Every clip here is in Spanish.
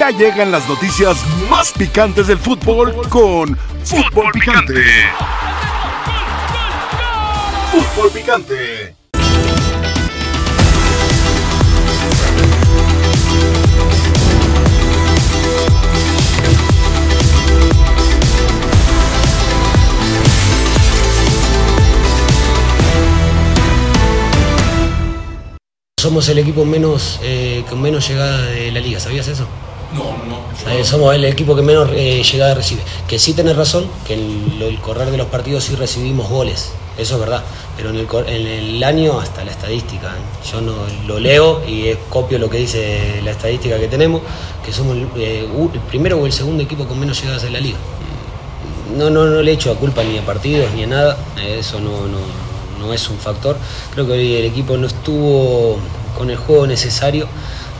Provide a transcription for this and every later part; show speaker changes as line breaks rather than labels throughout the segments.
Ya llegan las noticias más picantes del fútbol con Fútbol Picante. Fútbol Picante.
Somos el equipo menos eh, con menos llegada de la liga, ¿sabías eso?
No, no.
Eh, somos el equipo que menos eh, llegada recibe. Que sí tenés razón, que el, el correr de los partidos sí recibimos goles, eso es verdad. Pero en el, cor- en el año hasta la estadística, ¿eh? yo no lo leo y eh, copio lo que dice la estadística que tenemos, que somos el, eh, u- el primero o el segundo equipo con menos llegadas de la liga. No, no, no le echo a culpa ni a partidos ni a nada, eh, eso no, no- no es un factor. Creo que hoy el equipo no estuvo con el juego necesario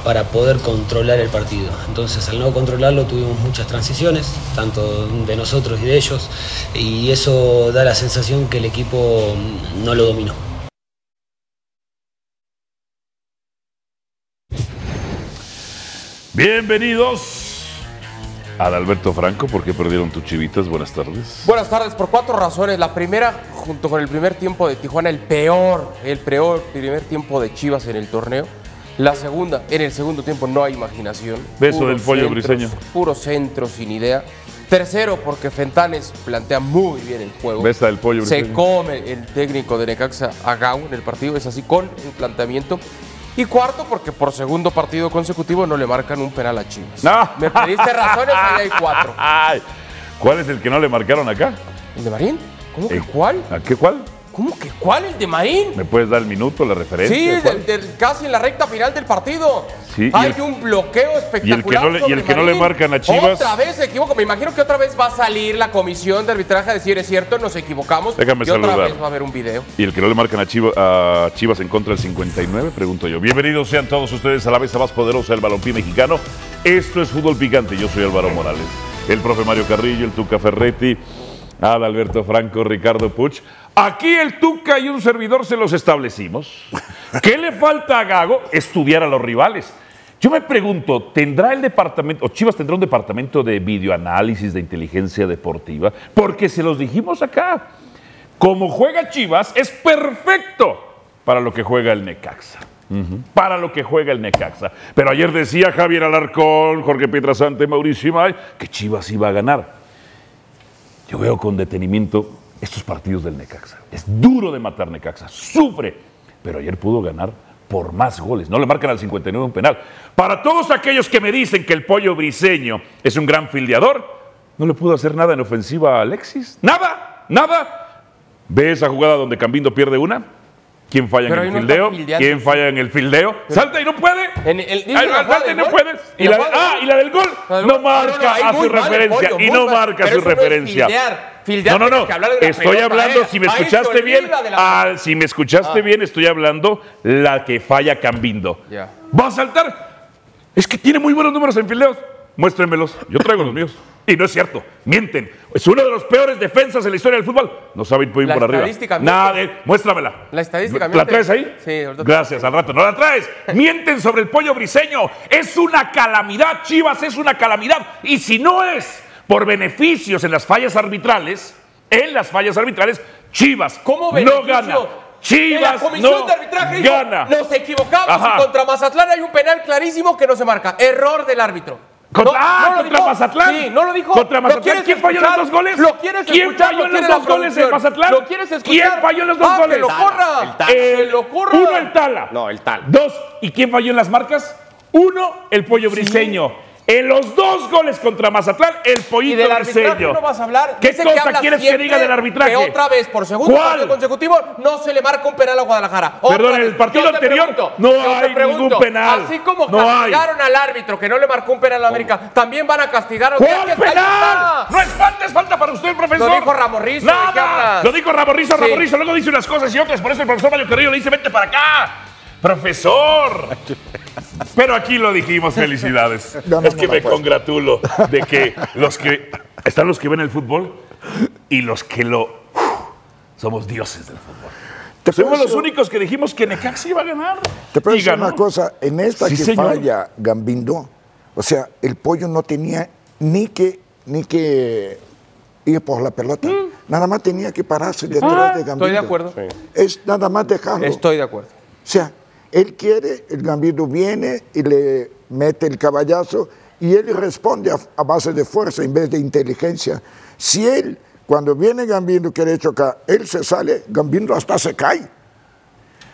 para poder controlar el partido. Entonces al no controlarlo tuvimos muchas transiciones, tanto de nosotros y de ellos, y eso da la sensación que el equipo mm, no lo dominó.
Bienvenidos al Alberto Franco, ¿por qué perdieron tus chivitas? Buenas tardes.
Buenas tardes, por cuatro razones. La primera, junto con el primer tiempo de Tijuana, el peor, el peor primer tiempo de Chivas en el torneo. La segunda, en el segundo tiempo no hay imaginación.
Beso del pollo
centros,
briseño.
Puro centro sin idea. Tercero, porque Fentanes plantea muy bien el juego.
Besa del pollo
Se
briseño.
come el técnico de Necaxa a Gau en el partido, es así, con el planteamiento. Y cuarto, porque por segundo partido consecutivo no le marcan un penal a Chivas.
No.
Me pediste razones, ahí hay cuatro.
Ay, ¿Cuál es el que no le marcaron acá?
¿El de Marín? ¿Cómo que
Eh,
cuál?
¿A qué cuál?
¿Cómo que cuál? ¿El de Marín?
¿Me puedes dar el minuto, la referencia?
Sí,
¿Cuál?
del- del- casi en la recta final del partido.
Sí, y
Hay
el-
un bloqueo
y el que no
espectacular.
le- y
sobre
el que no le
Marín.
marcan a Chivas.
Otra vez se equivoca. Me imagino que otra vez va a salir la comisión de arbitraje a decir, es cierto, nos equivocamos.
Déjame
y otra
saludar.
vez va a haber un video.
¿Y el que no le marcan a Chivas, a Chivas en contra del 59? Pregunto yo. Bienvenidos sean todos ustedes a la mesa más poderosa del balompié mexicano. Esto es Fútbol Picante. Yo soy Álvaro Morales. El profe Mario Carrillo, el Tuca Ferretti, al Alberto Franco, Ricardo Puch. Aquí el Tuca y un servidor se los establecimos. ¿Qué le falta a Gago? Estudiar a los rivales. Yo me pregunto, ¿tendrá el departamento, o Chivas tendrá un departamento de videoanálisis, de inteligencia deportiva? Porque se los dijimos acá. Como juega Chivas, es perfecto para lo que juega el Necaxa. Para lo que juega el Necaxa. Pero ayer decía Javier Alarcón, Jorge Pietrasante, Mauricio Imay, que Chivas iba a ganar. Yo veo con detenimiento estos partidos del Necaxa. Es duro de matar Necaxa, sufre, pero ayer pudo ganar por más goles. No le marcan al 59 un penal. Para todos aquellos que me dicen que el pollo briseño es un gran fildeador, no le pudo hacer nada en ofensiva a Alexis. Nada, nada. ¿Ve esa jugada donde Cambindo pierde una? ¿Quién falla
Pero
en
ahí
el
no está
fildeo?
fildeando.
¿Quién falla en el fildeo? ¡Salta y no puede!
En el-
Ay,
en la jugada
¡Salta y
del
no
gol.
puedes! Y
En la
la-
jugada del
ah,
gol.
y la del gol
No,
no
no, no,
marca
ahí
a su
muy mal el
referencia.
pollo,
Y
muy
no
mal.
marca
Pero
su
eso no es
referencia.
fildear.
No,
Fildear
no,
tienes
no.
que hablar de la
Estoy
pelota
hablando,
aérea.
si me
Ahí se
escuchaste bien,
olvida de la
ah, si me escuchaste
Ah.
bien, estoy hablando la que falla Cambindo.
Ya.
¿Va a saltar? Es que tiene muy buenos números en fildeos. Muéstrenmelos. Yo traigo los míos. Y no es cierto. Mienten. Es uno de los peores defensas en la historia del fútbol. No saben ir
La
por arriba.
estadística miente.
Nada. de- Muéstramela.
La estadística
¿La
miente.
traes ahí?
Sí, ahorita-
Gracias, al rato no la traes. Mienten sobre el pollo briseño. Es una calamidad, Chivas, es una calamidad. Y si no es por beneficios en las fallas arbitrales, en las fallas arbitrales, Chivas
¿Cómo
no
beneficio?
gana.
En la
Chivas
comisión
no
de arbitraje dijo,
gana.
nos equivocamos
Ajá.
y contra Mazatlán hay un penal clarísimo que no se marca. Error del árbitro.
Contra,
No,
ah,
no lo
contra
dijo.
Mazatlán.
Sí, no lo dijo.
Contra
¿Lo
Mazatlán.
quieres
¿Quién falló los
escuchar?
dos goles?
¿Lo quieres
¿Quién
escuchar?
falló
¿Lo
los
quiere
dos
la
goles en
producción?
Mazatlán?
¿Lo quieres escuchar?
¿Quién falló los dos
Ah,
goles?
que lo corra.
el Tala.
Que
El-
lo corra.
Uno el Tala.
No, el Tala.
Dos. ¿Y quién falló en las marcas? Uno, el pollo briseño. En los dos goles contra Mazatlán, el
Y
pollito
del arbitraje
briseño.
no vas a hablar.
¿Qué
Dice que
cosa
habla
quieres que
siempre
diga del arbitraje?
Que otra vez, por segundo
¿Cuál?
partido consecutivo, no se le marca un penal a Guadalajara. Otra
Perdón, en
vez.
el partido
Yo te
anterior no
yo te
hay ningún penal.
Así como
No hay.
castigaron al árbitro que no le marcó un penal a América, también van a castigar a
¡Cuál
Ahí está.
penal! ¡No es falta, es falta para usted, profesor!
Lo dijo Ramorrizo, ¿de qué
¡Nada!
hablas?
Lo dijo Ramorrizo,
Sí.
Ramorrizo. Luego dice unas cosas y otras. Por eso el profesor Mario Carrillo le dice, vente para acá. ¡Profesor! Pero aquí lo dijimos, felicidades. es que me congratulo de que los que... Están los que ven el fútbol y los que lo... Somos dioses del fútbol.
Te puedo
Somos los
decir-
únicos que dijimos que Necaxa iba a ganar.
Te puedo
Y
decir
ganó.
una cosa, en esta
Sí,
que
señor.
falla Gambindo,
O sea, el pollo no tenía ni que, ni que ir por la pelota. Nada más tenía que pararse detrás de Gambino.
Mm. Ah, estoy de acuerdo.
Es nada más dejarlo.
Estoy de acuerdo.
O sea, él quiere, el Gambino viene y le mete el caballazo y él responde a, a base de fuerza en vez de inteligencia. Si él, cuando viene Gambino quiere chocar, él se sale, Gambino hasta se cae.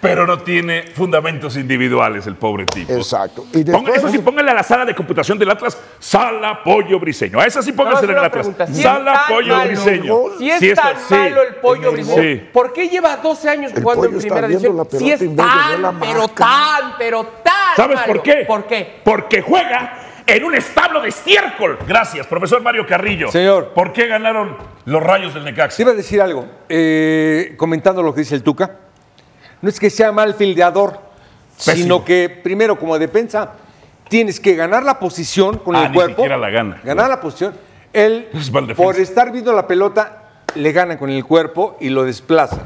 Pero no tiene fundamentos individuales el pobre tipo.
Exacto. Y
Ponga-
después-
eso sí, póngale a la sala de computación del Atlas, sala pollo briseño. A esa sí
Nada más
póngase en el
una
Atlas.
pregunta, si es
sala
tan
pollo
malo,
briseño.
Si es
Sí está-
tan
sí.
malo el pollo
En el
briseño,
gol. Sí.
¿por qué lleva 12 años
El
jugando en
pollo está
primera
viendo
división?
la pelota
Si es
en vez de ver la
tan, pero
marca.
tan, pero tan.
¿Sabes
malo.
por qué?
¿Por qué?
Porque juega en un establo de estiércol. Gracias, profesor Mario Carrillo.
Señor.
¿Por qué ganaron los rayos del Necaxa?
Te iba a decir algo, eh, comentando lo que dice el Tuca. No es que sea mal fildeador,
Pésimo.
sino que primero como defensa tienes que ganar la posición con
Ah,
el
ni
cuerpo.
siquiera la gana.
Ganar la posición. Él,
Es mal defensa.
por estar viendo la pelota, le gana con el cuerpo y lo desplaza.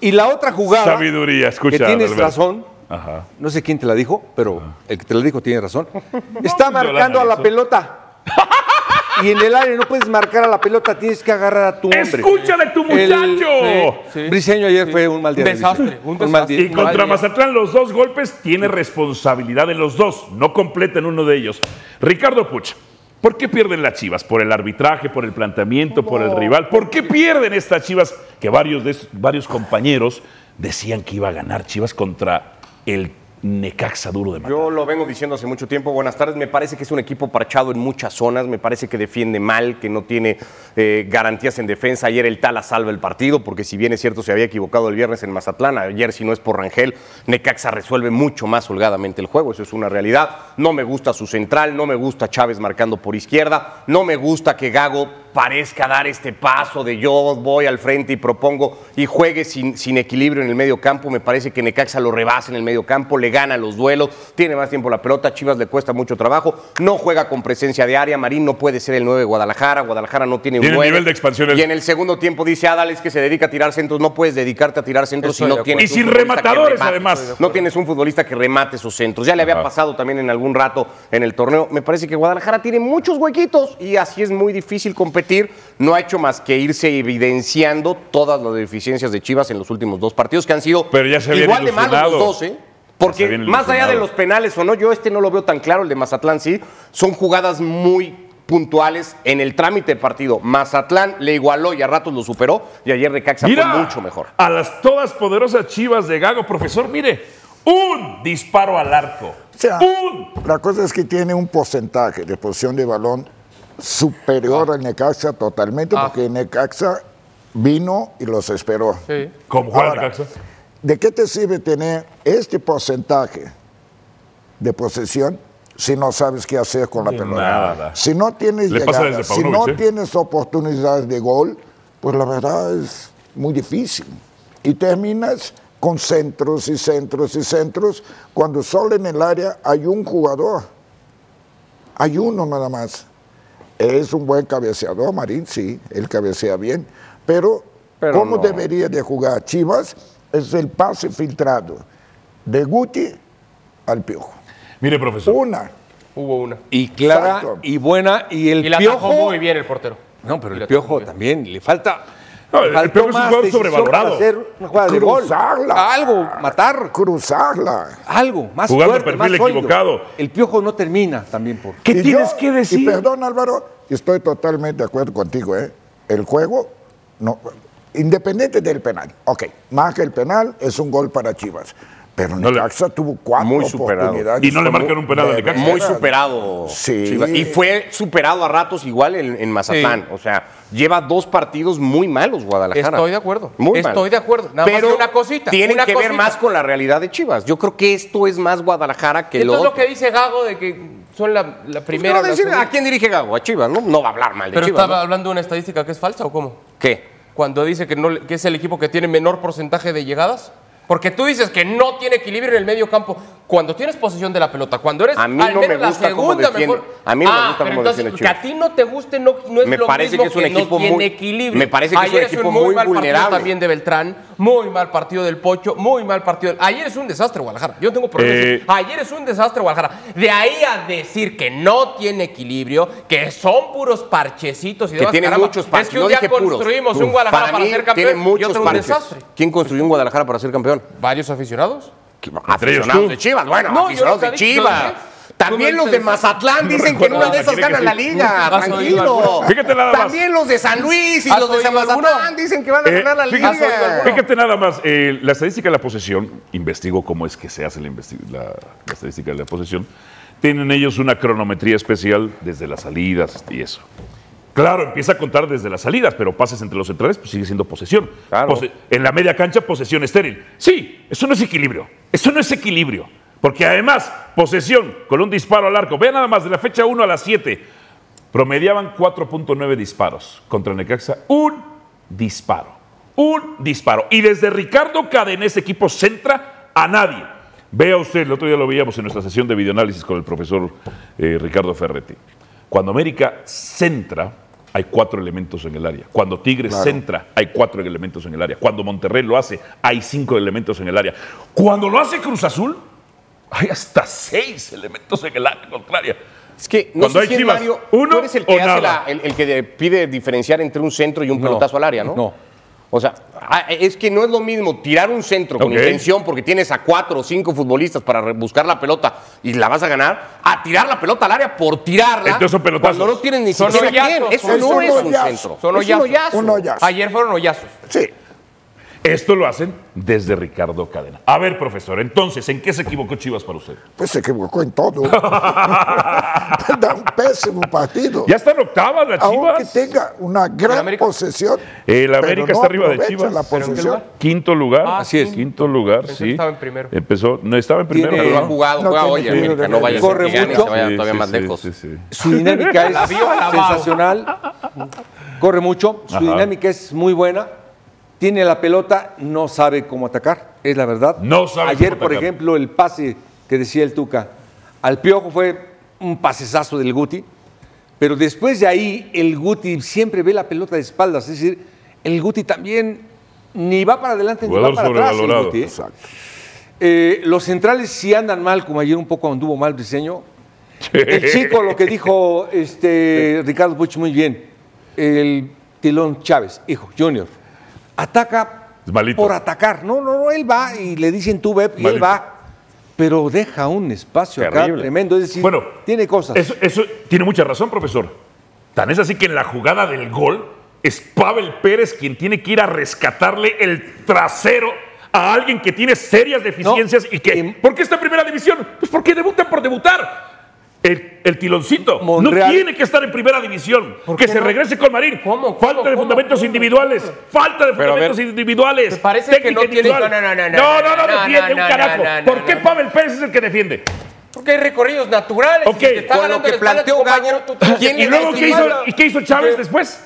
Y la otra jugada.
Sabiduría, escucha,
Que tienes
Adalberto.
razón.
Ajá. Ah.
No sé quién te la dijo, pero el que te la dijo tiene razón. Está
Yo la
marcando a la
analizo.
pelota. Y en el área no puedes marcar a la pelota, tienes que agarrar a tu hombre.
¡Escucha de tu
El-
muchacho!
sí, sí. Briseño ayer
Sí.
fue un mal día.
Un
de Briseño.
desastre, un
mal
desastre.
día.
Y contra
Vaya.
Mazatlán, los dos golpes tiene responsabilidad en los dos. No completa en uno de ellos. Ricardo Puch, ¿por qué pierden las chivas? ¿Por el arbitraje, por el planteamiento, por el rival? ¿Por qué pierden estas chivas que varios, de, varios compañeros decían que iba a ganar chivas contra el Necaxa duro de Mazatlán?
Yo lo vengo diciendo hace mucho tiempo. Buenas tardes. Me parece que es un equipo parchado en muchas zonas. Me parece que defiende mal, que no tiene eh, garantías en defensa. Ayer el Tala salva el partido, porque si bien es cierto, se había equivocado el viernes en Mazatlán. Ayer, si no es por Rangel, Necaxa resuelve mucho más holgadamente el juego. Eso es una realidad. No me gusta su central, no me gusta Chávez marcando por izquierda, no me gusta que Gago parezca dar este paso de yo voy al frente y propongo y juegue sin, sin equilibrio en el medio campo. Me parece que Necaxa lo rebasa en el medio campo, le gana los duelos, tiene más tiempo la pelota, Chivas le cuesta mucho trabajo, no juega con presencia de área, Marín no puede ser el 9 de Guadalajara, Guadalajara no tiene un
Tiene
9.
nivel de expansión el-
Y en el segundo tiempo dice Adales que se dedica a tirar centros, no puedes dedicarte a tirar centros
Estoy
si
de
no
acuerdo.
tienes
Y
un
sin
futbolista que
rematadores,
remate.
además.
No tienes un futbolista que remate sus centros. Ya le había
Ajá.
pasado también en algún rato en el torneo. Me parece que Guadalajara tiene muchos huequitos y así es muy difícil competir. No ha hecho más que irse evidenciando todas las deficiencias de Chivas en los últimos dos partidos que han sido
Pero ya se habían
igual de malos los
ilusionado.
dos, ¿eh? Porque
habían
más allá de
ilusionado.
los penales o no, yo este no lo veo tan claro, el de Mazatlán sí, son jugadas muy puntuales en el trámite del partido. Mazatlán le igualó y a ratos lo superó y ayer Recaxa fue mucho mejor.
A las todas poderosas chivas de Gago, profesor, mire, un disparo al arco.
O sea,
un.
la cosa es que tiene un porcentaje de posición de balón
Ah.
superior al Necaxa totalmente, porque Necaxa vino y los esperó.
Sí.
¿Cómo juega el
Ahora,
Necaxa?
¿De qué te sirve tener este porcentaje de posesión si no sabes qué hacer con la pelota?
nada.
Si no tienes
Le pasa
llegadas,
desde
si
Paunovic,
no
¿eh?
tienes oportunidades de gol, pues la verdad es muy difícil. Y terminas con centros y centros y centros cuando solo en el área hay un jugador. Hay uno nada más. Es un buen cabeceador, Marín, sí, él cabecea bien. Pero,
Pero
¿cómo
no.
debería de jugar Chivas? Es el pase filtrado de Guti al Piojo.
Mire, profesor.
Una.
Hubo una.
Y clara
Exacto.
y buena. Y el
Y la
piojo.
atajó muy bien el portero.
No, pero
Y la
el
atajó
piojo
muy bien.
también le falta.
No,
le
el
faltó
Piojo es un
más
jugador
decisión para
sobrevalorado.
Hacer una jugada de gol.
Cruzarla.
Algo, matar.
Cruzarla.
Algo, más
Jugando
fuerte,
perfil
más sólido.
equivocado.
El piojo no termina también por.
¿Qué
Y
tienes
yo-
que decir?
Y perdón, Álvaro, estoy totalmente de acuerdo contigo, ¿eh? El juego, no, independiente del penal. Ok, marca el penal, es un gol para Chivas. Pero
No le-
Necaxa tuvo cuatro
Muy superado.
oportunidades.
Y no le marcan un penal a
de
Necaxa.
Muy
veras.
superado.
Sí.
Chivas. Y fue superado a ratos igual en, en Mazatlán. O sea, lleva dos partidos muy malos Guadalajara.
Estoy de acuerdo.
Muy
Estoy
malos.
de acuerdo. Nada más
Pero
que una cosita,
Tienen
una
que ver
cosita.
más con la realidad de Chivas. Yo creo que esto es más Guadalajara que
Esto
lo
es
otro.
lo que dice Gago de que son la, la
Pues
primera.
no,
o la
decir,
segunda.
¿A quién dirige Gago? A Chivas, ¿no? No va a hablar mal de
Pero
Chivas.
estaba
¿no?
hablando de una estadística que es falsa o cómo?
¿Qué?
Cuando dice que, no, le- que es el equipo que tiene menor porcentaje de llegadas. Porque tú dices que no tiene equilibrio en el medio campo. Cuando tienes posesión de la pelota, cuando eres
A mí no
al menos
me
la
gusta cómo
segunda
defiende.
mejor.
A mí no me
Ah,
gusta
pero
cómo
entonces,
defiende
Que a
Chivas.
ti no te guste no, no es
Me
lo
parece
mismo
que es un
no
equipo
tiene
muy-
equilibrio.
me parece que es un
Ayer
equipo
muy
muy
mal partido
vulnerable.
también de Beltrán, muy mal partido del Pocho, muy mal partido. del- Ayer es un desastre Guadalajara. Yo no tengo problema. en
Eh.
decir, Ayer es un desastre Guadalajara. De ahí a decir que no tiene equilibrio, que son puros parchecitos y
Que
demás.
tiene
caramba,
muchos
Es
parches.
que un
No
día
dije puros.
construimos
Uf.
un Guadalajara para,
mí
ser campeón
Tiene muchos
y otro un
parches.
desastre.
¿Quién construyó un Guadalajara para ser campeón?
¿Varios aficionados?
Entre ellos
Aficionados
tú.
de Chivas. Bueno,
No, yo
aficionados
nunca
de
dije-
Chivas.
¿Dónde es?
También
Tú no
los de
dices-
Mazatlán dicen que en una de
recuerdo.
esas ganan la liga.
Nunca has
Tranquilo.
oído
Fíjate nada más.
También los de San Luis y
¿Has
los de
oído
Mazatlán
alguno?
dicen que van a
Eh,
ganar la
fíjate-
¿Has oído
liga.
alguno?
Fíjate nada más, eh, la estadística de la posesión, investigo cómo es que se hace la, investi- la- la estadística de la posesión, tienen ellos una cronometría especial desde las salidas y eso. Claro, empieza a contar desde las salidas, pero pases entre los centrales pues sigue siendo posesión.
Claro.
en la media cancha, posesión estéril. Sí, eso no es equilibrio. Eso no es equilibrio. Porque además, posesión con un disparo al arco. Vean nada más, de la fecha 1 a la 7, promediaban 4.9 disparos contra Necaxa. Un disparo. Un disparo. Y desde Ricardo Cadenés, equipo centra a nadie. Vea usted, el otro día lo veíamos en nuestra sesión de videoanálisis con el profesor eh, Ricardo Ferretti. Cuando América centra, hay cuatro elementos en el área. Cuando Tigres centra, hay cuatro elementos en el área. Cuando Monterrey lo hace, hay cinco elementos en el área. Cuando lo hace Cruz Azul, hay hasta seis elementos en el área contraria.
Es que no
Cuando
sé
hay
si es
Chivas,
Mario,
uno
tú eres el
o
que, hace
nada.
la- el, el que de- pide diferenciar entre un centro y un
No,
pelotazo al área, ¿no?
no.
O sea, ah, es que no es lo mismo tirar un centro con
Ok.
intención porque tienes a cuatro o cinco futbolistas para re- buscar la pelota y la vas a ganar, a tirar la pelota al área por tirarla.
Entonces son pelotazos.
Cuando no tienes ni
Son
siquiera
hoyazos,
quién. Eso
son-
no
son
es un
hoyazos.
centro.
Son
Es un
hoyazos.
hoyazo.
Un hoyazo.
Ayer fueron hoyazos.
Sí.
Esto lo hacen desde Ricardo Cadena. A ver, profesor, entonces, ¿en qué se equivocó Chivas para usted?
Pues se equivocó en todo. da un pésimo partido.
Ya están octavas las
Aunque
Chivas.
tenga una
¿El
gran
América?
posesión.
El
pero
América
no
está arriba de
aprovecha
Chivas.
la
¿Pero
en qué
posesión.
lugar?
Quinto lugar.
Ah,
Así es.
Quinto lugar,
Pensé
sí.
que estaba en primero.
Empezó, no estaba en primero.
Tiene-
No ha
perdón.
jugado,
No
juega
tiene
hoy,
tiro de
América. No vaya a ser
corre
que gane,
mucho.
se vaya
Sí,
todavía
sí,
más
sí,
lejos.
sí, sí.
Su dinámica es
vio alabado.
sensacional. Corre mucho. Su
Ajá.
dinámica es muy buena. Tiene la pelota, no sabe cómo atacar. Es la verdad.
No sabe
Ayer,
cómo
por
atacar.
ejemplo, el pase que decía el Tuca al Piojo fue un pasesazo del Guti. Pero después de ahí, el Guti siempre ve la pelota de espaldas. Es decir, el Guti también ni va para adelante ni va
Jugador
para atrás. El
sobrevalorado.
Guti, ¿eh?
Exacto.
Eh, los centrales sí andan mal, como ayer un poco anduvo mal diseño. El chico, lo que dijo este, Ricardo Puch muy bien, el Tilón Chávez, hijo, Junior, ataca
Es malito.
por atacar. No, no, no, él va y le dicen tú, ve, y él
Malito.
va. Pero deja un espacio acá
Terrible.
tremendo. Es decir,
Bueno,
tiene cosas.
Eso, eso tiene mucha razón, profesor. Tan es así que en la jugada del gol es Pavel Pérez quien tiene que ir a rescatarle el trasero a alguien que tiene serias deficiencias y que.
y-
¿Por qué está en primera división? Pues porque debuta por debutar. El, el tiloncito no
Monreal.
tiene que estar en primera división. Que se regrese con Marín.
¿Cómo, cómo,
Falta de
cómo,
fundamentos
cómo?
individuales. Falta de
Pero a ver,
fundamentos individuales.
me parece que
técnica
no tiene-
individual.
no, no, no, no,
No, no, no,
no, no,
defiende un
no,
carajo.
no, no,
¿Por qué
no.
Pavel Pérez es el que defiende?
Porque hay recorridos naturales.
Ok,
y si te está
con
ganando
lo que
el espalda a tu
planteó
compañero,
Gallo,
tú tienes
¿quién
que
¿Y luego
darle
qué
igual
hizo,
a-
¿y qué hizo Chávez después?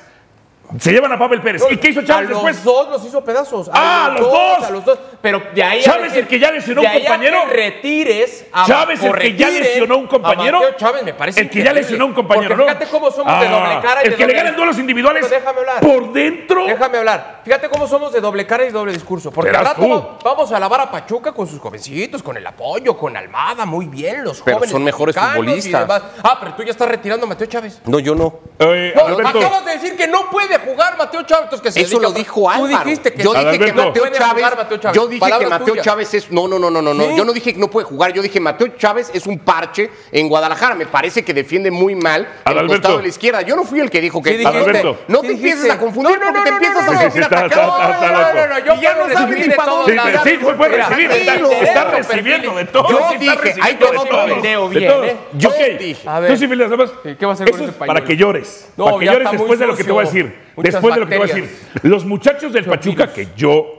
Se llevan a Pavel Pérez. ¿Y qué hizo Chávez
a los
después?
dos los hizo pedazos.
Ah, a los dos.
A los dos. Pero de ahí. a
¿Chávez
decir-
el que ya lesionó un
de ahí a
compañero?
que retires. A,
¿Chávez
o
el que ya
retires
lesionó un compañero?
a Mateo Chávez me parece.
El que ya
increíble.
lesionó a un compañero,
Porque
¿no?
Fíjate cómo somos de
Ah,
doble cara. y
El
de
que le
doble-
gana en duelos individuales.
Pero déjame hablar.
Por dentro.
Déjame hablar. Fíjate cómo somos de doble cara y doble discurso. Porque al
Verás
rato
tú.
va- vamos a alabar a Pachuca con sus jovencitos, con el apoyo, con Almada, muy bien, los
Pero
jóvenes.
son mejores
mexicanos y
futbolistas.
demás. Ah, pero tú ya estás retirando a Mateo Chávez.
No, yo no.
Eh,
No,
Alberto,
acabas de decir que no puede jugar Mateo Chávez. entonces que se
Eso
dedica
lo
a-
dijo Álvaro.
Tú dijiste que
yo
sí.
dije que
Alberto.
Mateo
Puede
Chávez,
jugar Mateo Chávez.
Yo dije
Palabras
que Mateo
tuyas.
Chávez es. No, no, no, no, no, no.
Sí.
Yo no dije que no puede jugar. Yo dije Mateo Chávez es un parche en Guadalajara. Me parece que defiende muy mal el
Adalberto.
costado de la izquierda. Yo no fui el que dijo que.
Sí, dijiste.
Adalberto.
No
Sí,
te empieces
dijiste.
a confundir
No, no,
porque
no,
te
no,
empiezas
no,
a
no,
sentir
no, no,
atacado.
no, no, no, no,
no, no, yo
Y ya
puedo
no sabes
recibir
ni
de
para
todos
dónde
Sí, pero
atacar.
sí, pues puede
Mira,
recibir.
perfil,
Está,
derecho,
está
perfil.
recibiendo de todo.
Yo
sí está
dije,
recibiendo
ahí te
de
va otro
todos,
video
de
bien,
todos.
¿eh?
Yo
Ok,
dije.
A ver.
Tú sí, Filias, nada más.
Sí, ¿qué va a hacer con
Eso
ese
es
pañuelo?
para que llores.
No,
para que
ya
llores
está muy
después de lo que te voy a
sucio.
decir.
Muchas
después de lo que te voy a
bacterias.
decir. Los muchachos del Pachuca, que yo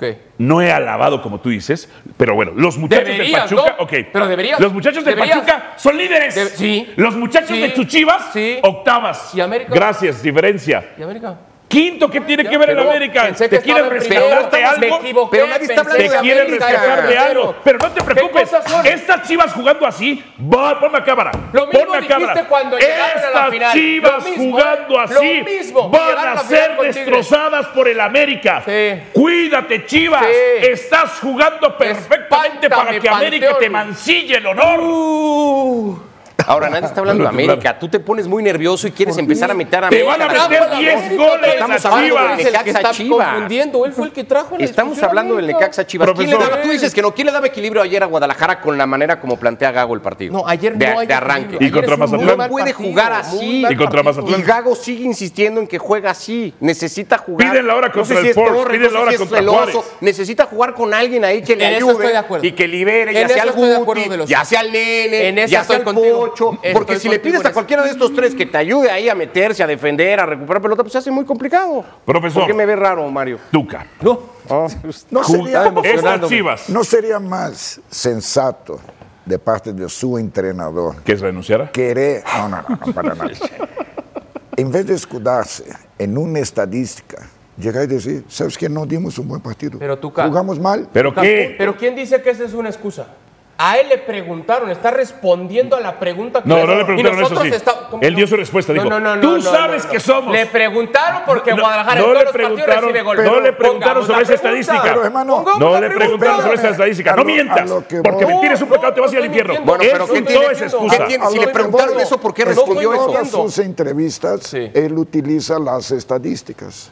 ¿Qué?
No he alabado como tú dices, pero bueno, los muchachos
Deberías,
del Pachuca,
¿no?
ok.
Pero deberías.
Los muchachos del
Deberías.
Pachuca son líderes.
Debe- sí.
Los muchachos
Sí.
de Chuchivas,
Sí.
octavas.
¿Y América?
Gracias, diferencia.
¿Y América?
Quinto, ¿qué tiene que ver el
Pero
América?
pensé que
¿Te quieren
estaba en
rescatar de
primero.
algo?
Me equivoqué,
Pero nadie está
pensé
hablando
que
¿Te quieren
América.
rescatar de algo? Pero no te preocupes.
cosas son?
Estas chivas jugando así, va, ponme a cámara.
Lo mismo
ponme a
dijiste
cámara.
cuando llegaron a la
Estas
final.
chivas
Lo mismo,
jugando
¿eh?
así
Lo mismo,
van
llegaron a
a
la final
ser
con Tigres.
destrozadas por el América.
Sí.
Cuídate, chivas.
Sí.
Estás jugando perfectamente para
Espántame,
que América te
Panteón. Uh,
mancille el honor. Uh,
Ahora nadie está hablando de América. Tú te pones muy nervioso y quieres empezar a meter a
Te van a
América.
meter 10 goles
Estamos
a
hablando
Chivas.
del
El que
Necaxa
está
Chivas.
confundiendo, él fue el que trajo la
Estamos
discusión a
hablando del
América.
Necaxa Chivas. ¿Quién le
Profesor.
daba- tú dices que no. ¿Quién le daba equilibrio ayer a Guadalajara con la manera como plantea Gago el partido?
No, ayer
de,
no hay
de arranque.
equilibrio.
Y contra
Ayer es un
Mazatlán.
muy
No
mal
puede
partido,
jugar
muy
así.
mal
Y contra
partido.
Mazatlán.
Y Gago sigue insistiendo en que juega así. Necesita jugar.
Pídenla ahora
No sé
contra
si
el
es
Sport,
Torres,
pídenla
no sé
ahora
si es
contra
el Oso.
Juárez.
Necesita jugar con alguien ahí que le
En eso
ayude
estoy de acuerdo.
y que libere, ya
En
sea
eso
al
estoy de acuerdo
Guti,
de los
ya
dos.
sea al Nene,
En eso
ya sea
estoy
al
contigo.
Pocho.
Estoy
Porque si le
contigo
pides
en
a
eso.
cualquiera de estos tres que te ayude ahí a meterse, a defender, a recuperar pelota, pues se hace muy complicado.
Profesor.
¿Por qué me ve raro, Mario?
Tuca.
No,
No sería,
Oh. Ah, Estas Chivas.
no sería más sensato de parte de su entrenador
¿Que renunciara?
querer. No, no, no, no, para nada. En vez de escudarse en una estadística, llegar y decir, ¿sabes que No dimos un buen partido.
Pero, Tuca,
Jugamos mal.
¿Pero qué?
Pero ¿quién dice que esa es una excusa? A él le preguntaron, está respondiendo a la pregunta que
No,
le
no le
hicieron.
preguntaron
Y nosotros
eso, sí.
está- ¿cómo
Él
no?
dio su respuesta,
No,
dijo,
no, no,
"Tú
no, no,
sabes
no".
que somos".
Le preguntaron porque
No, no,
Guadalajara
no
en todos
le
los partidos
preguntaron-
recibe gol.
no le preguntaron
Pongamos
sobre
la
esa estadística.
pregunta.
Pero, hermano,
Pongamos
No
la
le
pregunta.
preguntaron sobre esa estadística.
a lo-
No
a
mientas.
lo que
Porque
voy.
mentir es un pecado, te vas a ir al
No, no,
infierno.
no, no,
Bueno, pero
Eso
¿qué
¿quién
tiene?
no es
¿Quién
excusa.
¿Qué tiene?
A
Si
lo
le
que
preguntaron
voy.
eso, ¿por qué
No
respondió
estoy
eso?
todas
entiendo.
sus entrevistas,
Sí.
él utiliza las estadísticas.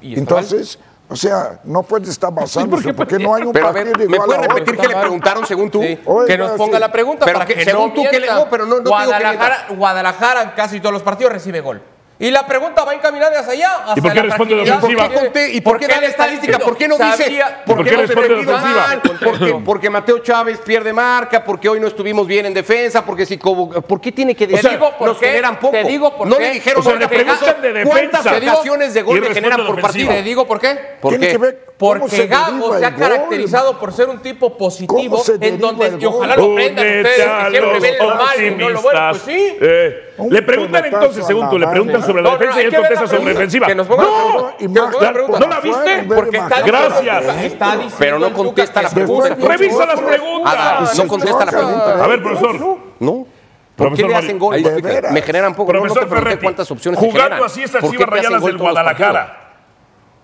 Y está mal.
Entonces, o sea, no puede estar basándose porque no hay un
Pero a
partido
ver,
igual
¿me puedes
a otro.
repetir qué le preguntaron según tú?
Sí.
Oiga,
que nos ponga
sí.
la pregunta
Pero
para
que
que,
según
no
tú que le-
mientan.
no, pero no- no te digo que
Guadalajara, Guadalajara en casi todos los partidos recibe gol. Y la pregunta va encaminada hacia allá. Hacia
por qué
la
responde de
fragilidad.
ofensiva?
¿Por qué conté? ¿Y por qué da
él
la
está
estadística?
diciendo,
¿Por qué no dice?
sabía-
¿Por qué
hemos
responde
defendido
ofensiva?
mal? Porque, porque Mateo Chávez pierde marca, porque hoy no estuvimos bien en defensa, porque si como- ¿por qué tiene que decir?
Te digo por
nos
qué,
generan poco.
te digo por
no
qué.
le dijeron
O sea,
no,
le
porque
preguntan de
Gago, ¿Cuántas
defensa.
ocasiones de
Y
gol le
responde
generan
de
por
ofensiva.
partido?
Te digo por qué.
¿Por
Tiene
qué?
que ver cómo
Porque
se
Gago
deriva
se
el
ha
gol.
caracterizado por ser un tipo positivo
¿Cómo se
en
deriva
donde,
el
y ojalá
Únete
lo aprendan ustedes
a
que siempre
los
ven lo malo y no lo bueno. Pues
optimistas.
sí.
Eh,
Un
le preguntan entonces,
pelotazo
según tú,
a
le
la
preguntan
banda.
sobre la
No, no,
defensa y
hay
él
que ver la
contesta sobre
pregunta.
defensa.
Que nos pongan la
¡No!
pregunta.
Y
¿No
más
la
¿No la
fuera,
viste?
en vez de
Porque está
marcar.
diciendo-
Gracias.
está diciendo
Pero no
el Tuca
contesta
que
la
se
pregunta.
puede-
Revisa las preguntas.
Ah,
Ah,
no contesta la
entonces,
pregunta.
A ver, profesor.
¿No. ¿Por qué
Profesor
le
Mario,
hacen gol?
ahí
Porque
explica.
Me generan poco. No, no
Profesor
te pregunté
Ferretti,
cuántas opciones te
jugando
generan.
así estas
¿Por qué
chivas
te hacen
rayadas
gol
del
todos los partidos?
Guadalajara,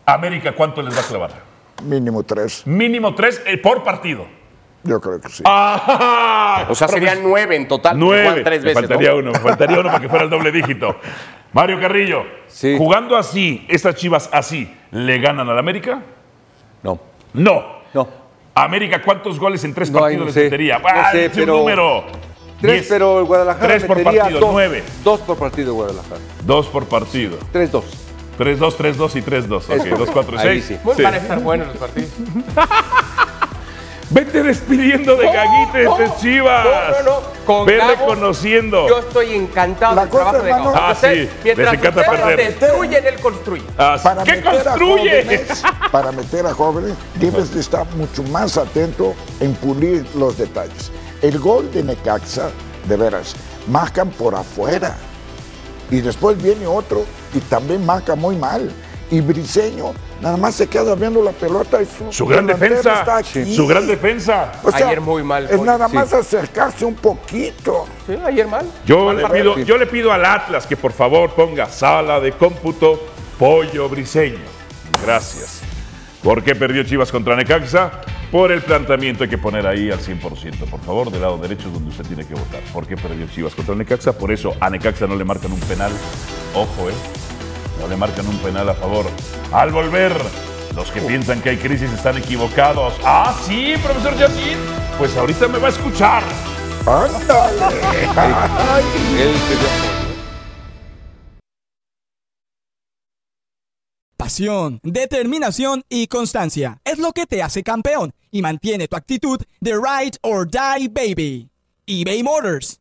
América, ¿cuánto les va a clavar?
Mínimo tres,
Mínimo tres eh, por partido.
yo creo que sí.
¡Ah!
O sea, serían nueve en total. porque
Nueve.
juegan tres
Me
veces.
faltaría
¿no?
uno, me faltaría uno para que fuera el doble dígito. Mario Carrillo,
Sí.
jugando así, estas chivas así, ¿le ganan al América?
no,
No.
no.
América, ¿cuántos goles en tres
No, ahí
partidos
no
les
sé.
metería?
No
¡Ah,
sé,
es
pero-
un número!
Tres,
Diez.
pero el Guadalajara
Tres por
metería
partido,
dos,
nueve.
Dos por partido Guadalajara.
Dos por partido.
Tres, dos.
3-2, 3-2 y 3-2. Ok, 2, 4 y
Ahí
6.
sí.
Muy van a estar buenos los partidos.
Vete despidiendo de
No,
Gaguite de
no,
estas chivas.
no, no, no. Con
Ve
Gago,
reconociendo.
Yo estoy encantado
La
del
cosa,
trabajo de Gago.
hermano-
Ah,
Usted,
sí, les
Mientras
encanta
usted
perder.
destruyen, él construye.
Ah, sí.
Para
¿Qué
meter a
construye?
jóvenes- para meter a jóvenes, debes de estar mucho más atento en pulir los detalles. El gol de Necaxa, de veras, marcan por afuera. Y después viene otro y también marca muy mal. Y Briseño nada más se queda viendo la pelota y su,
Su gran
delantero
defensa.
está aquí.
Su gran defensa.
O sea,
Ayer muy mal,
Es
Pollo,
nada
sí.
más acercarse un poquito.
Sí, ayer mal.
Yo le, pido, yo le pido al Atlas que por favor ponga sala de cómputo Pollo Briseño. Gracias. ¿Por qué perdió Chivas contra Necaxa? Por el planteamiento hay que poner ahí al 100%, por favor, del lado derecho es donde usted tiene que votar. ¿Por qué perdió Chivas contra Necaxa? Por eso a Necaxa no le marcan un penal. Ojo, ¿eh? No le marcan un penal a favor. Al volver, los que piensan que hay crisis están equivocados. Ah, sí, profesor Yassin. Pues ahorita me va a escuchar.
¡Ándale!
Pasión, determinación y constancia es lo que te hace campeón y mantiene tu actitud de ride or die baby. eBay Motors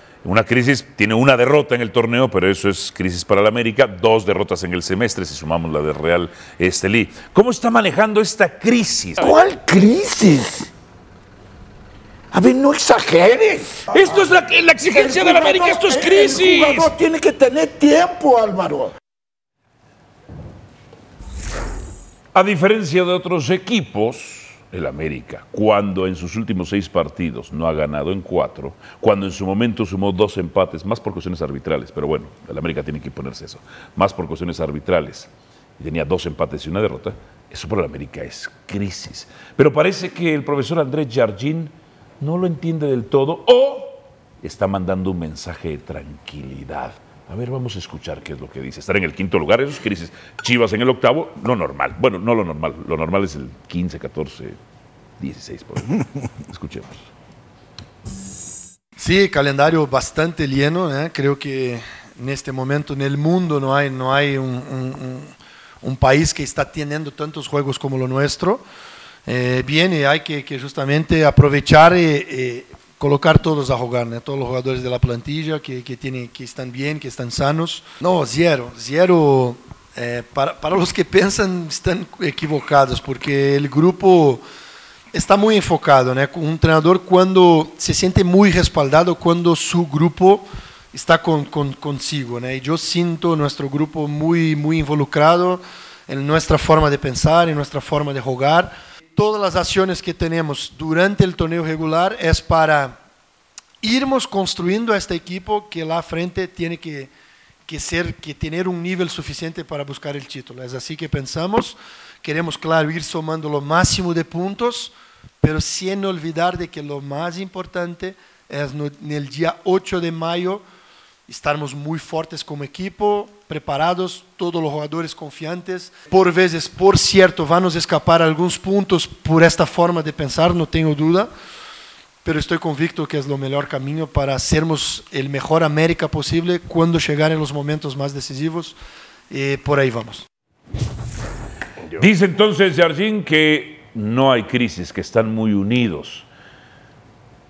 una crisis, tiene una derrota en el torneo, pero eso es crisis para el América, dos derrotas en el semestre, si sumamos la de Real Estelí. ¿Cómo está manejando esta crisis?
¿Cuál crisis? A ver, no exageres.
Esto es la, la exigencia del América, esto es crisis.
El jugador tiene que tener tiempo, Álvaro.
A diferencia de otros equipos, el América, cuando en sus últimos seis partidos no ha ganado en cuatro, cuando en su momento sumó dos empates, más por cuestiones arbitrales, pero bueno, el América tiene que ponerse eso, más por cuestiones arbitrales, y tenía dos empates y una derrota, eso para el América es crisis. Pero parece que el profesor Andrés Jardín no lo entiende del todo o está mandando un mensaje de tranquilidad. A ver, vamos a escuchar qué es lo que dice. Estar en el quinto lugar, eso es crisis. Chivas en el octavo, no normal. Bueno, no lo normal. Lo normal es el 15, 14, 16. Por ahí. Escuchemos.
Sí, calendario bastante lleno. né? Creo que neste momento no mundo não há não há um, um, um, um país que está tendo tantos jogos como o nosso. Eh, bien, y hay que, que justamente aprovechar y, eh, colocar todos a jugar, né? todos los jugadores de la plantilla que, que, tienen, que están bien, que están sanos. No, zero, zero. eh, para, para los que piensan están equivocados, porque el grupo está muy enfocado, né? Un treinador cuando se siente muy respaldado cuando su grupo está con, con- consigo, né? Y yo siento nuestro grupo muy muy involucrado en nuestra forma de pensar, en nuestra forma de jugar. Todas las acciones que tenemos durante el torneo regular es para irmos construyendo este equipo que lá frente tiene que, que ser, que tener un nivel suficiente para buscar el título. Es así que pensamos. Queremos, claro, ir sumando lo máximo de puntos, pero sin olvidar de que lo más importante es no, en el día 8 de mayo estarmos muy fuertes como equipo, preparados, todos los jugadores confiantes. Por veces, por cierto, van a nos escapar algunos puntos por esta forma de pensar, no tengo duda pero estoy convicto que es lo mejor camino para sermos el mejor América posible cuando llegaren los momentos más decisivos. Eh, por ahí vamos.
Dice entonces Jardín que no hay crisis, que están muy unidos.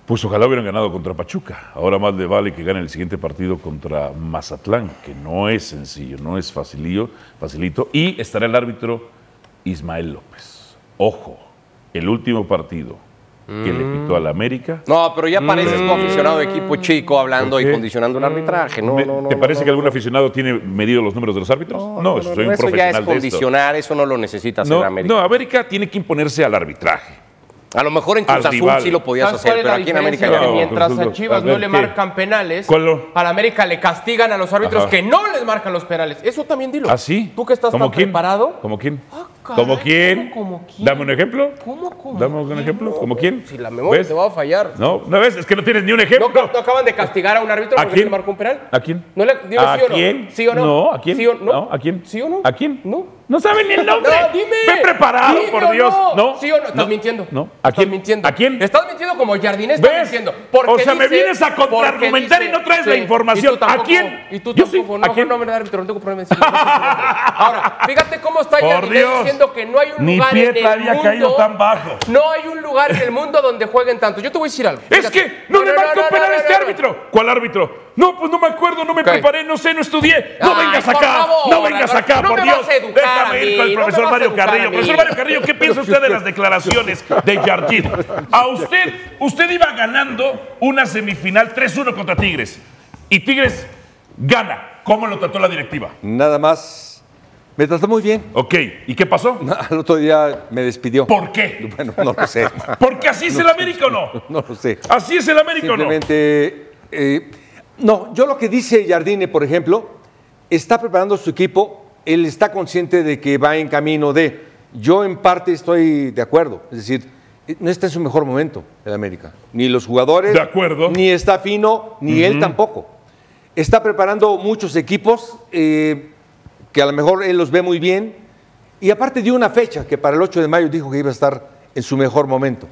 Pues ojalá hubieran ganado contra Pachuca. Ahora más le vale que gane el siguiente partido contra Mazatlán, que no es sencillo, no es facilillo, facilito. Y estará el árbitro Ismael López. Ojo, el último partido que le pitó al América. Mm.
No, pero ya pareces tu aficionado de equipo chico hablando
¿Por
y
qué?
condicionando el arbitraje. No,
Mm. Me-
no, no,
¿Te
no,
parece
no,
que algún
no.
aficionado tiene medido los números de los árbitros? No,
No,
soy
no,
un
eso ya
profesional
es
de esto.
condicionar, eso no lo necesitas
No,
en América.
no, América tiene que imponerse al arbitraje.
A lo mejor en
Al
Cruz Azul
rival.
sí lo podías
¿Sabes cuál
hacer,
es
pero
la
aquí en América
diferencia entre
ya
No,
no.
mientras
Cruz
a
Azul,
Chivas
a
no
ver,
le
¿qué?
marcan penales,
¿Cuál lo-
al América le castigan a los árbitros
Ajá.
que no les marcan los penales. Eso también dilo.
¿Ah, sí?
¿Tú que estás
¿Cómo
tan
quién?
preparado?
¿Cómo quién?
Ah, caray,
¿Cómo quién?
¿cómo, cómo quién?
Dame un ejemplo.
¿Cómo, cómo
Dame un
quién?
ejemplo.
No,
¿Cómo quién?
Si la memoria
¿Ves?
te va a fallar.
No, no ves, es que no tienes ni un
¿No,
ejemplo.
no acaban de castigar a un árbitro
¿A
porque
quién?
no le marcó un penal?
¿A quién?
No le, dime
¿A
sí o no.
quién?
¿Sí o no?
No, ¿a quién?
¿Sí o no?
¿a quién?
¿Sí o no?
¿A quién?
No.
No saben ni el nombre.
No, dime.
Ve preparado,
Dime o
por Dios.
No. ¿Sí o no? Estás mintiendo.
No. ¿A
Estás
quién?
mintiendo.
¿A quién?
Estás mintiendo como Jardín está
¿Ves?
mintiendo.
O sea, me
dice-
vienes a contraargumentar
porque
y no traes la
sí,
información.
y tú tampoco,
¿A quién?
Y tú
Yo sí,
tampoco. No,
¿a quién?
no, no, árbitro, no tengo problema en decirlo. No tengo problema. Ahora, fíjate cómo está
Por
Jardín
Dios.
diciendo que no hay un
Ni
lugar en el
Pietra había
mundo.
caído tan bajo.
No hay un lugar en el mundo donde jueguen tanto. Yo te voy a decir algo.
Es
Fíjate.
que no, le marca un penal a
no,
este
no, no.
árbitro. ¿Cuál árbitro? No, pues no me acuerdo, no me
Ok.
preparé, no sé, no estudié. No
Ay,
vengas
por
acá,
favor,
no vengas
Álvaro,
acá,
no
por
me
Dios.
vas a educar a
Déjame ir con
mí,
el
no me
profesor
vas a
Mario
educar a
Carrillo.
mí.
Profesor Mario Carrillo, ¿qué piensa usted de las declaraciones de Jardín? A usted, usted iba ganando una semifinal 3-1 contra Tigres. Y Tigres gana. ¿Cómo lo trató la directiva?
Nada más. Me trató muy bien.
Ok, ¿y qué pasó?
Al otro día me despidió.
¿Por qué?
Bueno, no lo sé.
¿Porque así es el América o no?
No lo sé.
¿Así es el América o no?
Simplemente. eh, no, yo lo que dice Jardine, por ejemplo, está preparando su equipo. Él está consciente de que va en camino de. Yo, en parte, estoy de acuerdo. Es decir, eh, no está en su mejor momento el América. Ni los jugadores.
De acuerdo.
Ni está fino, ni él tampoco. Está preparando muchos equipos eh, que a lo mejor él los ve muy bien. Y aparte dio una fecha que para el 8 de mayo dijo que iba a estar en su mejor momento.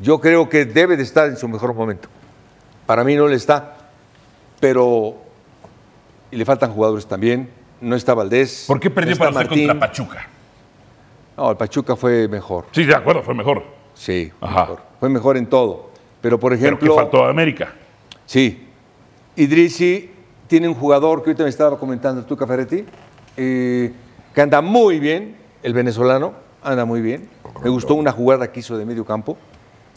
Yo creo que debe de estar en su mejor momento. Para mí no le está. Pero y le faltan jugadores también. No está Valdés.
¿Por qué perdió
no está
para usted
Martín.
contra Pachuca?
No, el Pachuca fue mejor.
Sí, de acuerdo, fue mejor.
Sí, fue
Ajá.
mejor. Fue mejor en todo. Pero por
Pero
ejemplo.
que faltó a América.
Sí. Idrisi tiene un jugador que ahorita me estaba comentando tú, Caferetti, eh, que anda muy bien, el venezolano, anda muy bien. Me gustó una jugada que hizo de medio campo,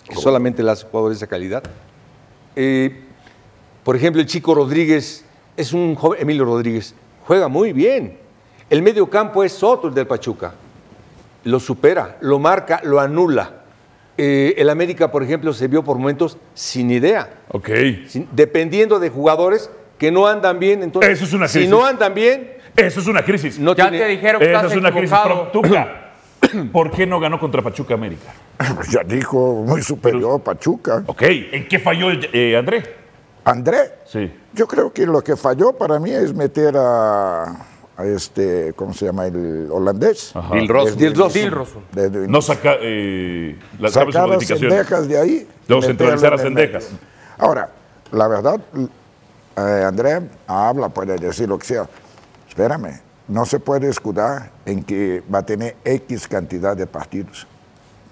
que solamente las jugadores de esa calidad. Eh, por ejemplo, el chico Rodríguez, es un joven, Emilio Rodríguez, juega muy bien. El medio campo es otro, el del Pachuca. Lo supera, lo marca, lo anula. Eh, el América, por ejemplo, se vio por momentos sin idea.
Ok.
Sin- dependiendo de jugadores que no andan bien, entonces
Eso es una
si
crisis.
no andan bien,
Eso es una crisis.
no
Ya
tiene-
te dijeron que
Eso
estás
es una crisis. Pero,
equivocado.
Tuca, ¿por qué no ganó contra Pachuca América?
Pues Ya dijo muy superior Pachuca.
Ok. ¿En qué falló eh, André?
André,
Sí.
yo creo que lo que falló para mí es meter a, a este, ¿cómo se llama? El holandés.
Bill Ross.
Desde el
Dilrosun.
inicio.
Dilrosun.
Desde el
No
inicio.
saca eh, las sabe su
sacar a
modificación.
Cendejas de ahí.
Lo
meterlo
centralizar a
en el
Cendejas.
medio. Ahora, la verdad, eh, André habla, puede decir lo que sea. Espérame, no se puede escudar en que va a tener X cantidad de partidos.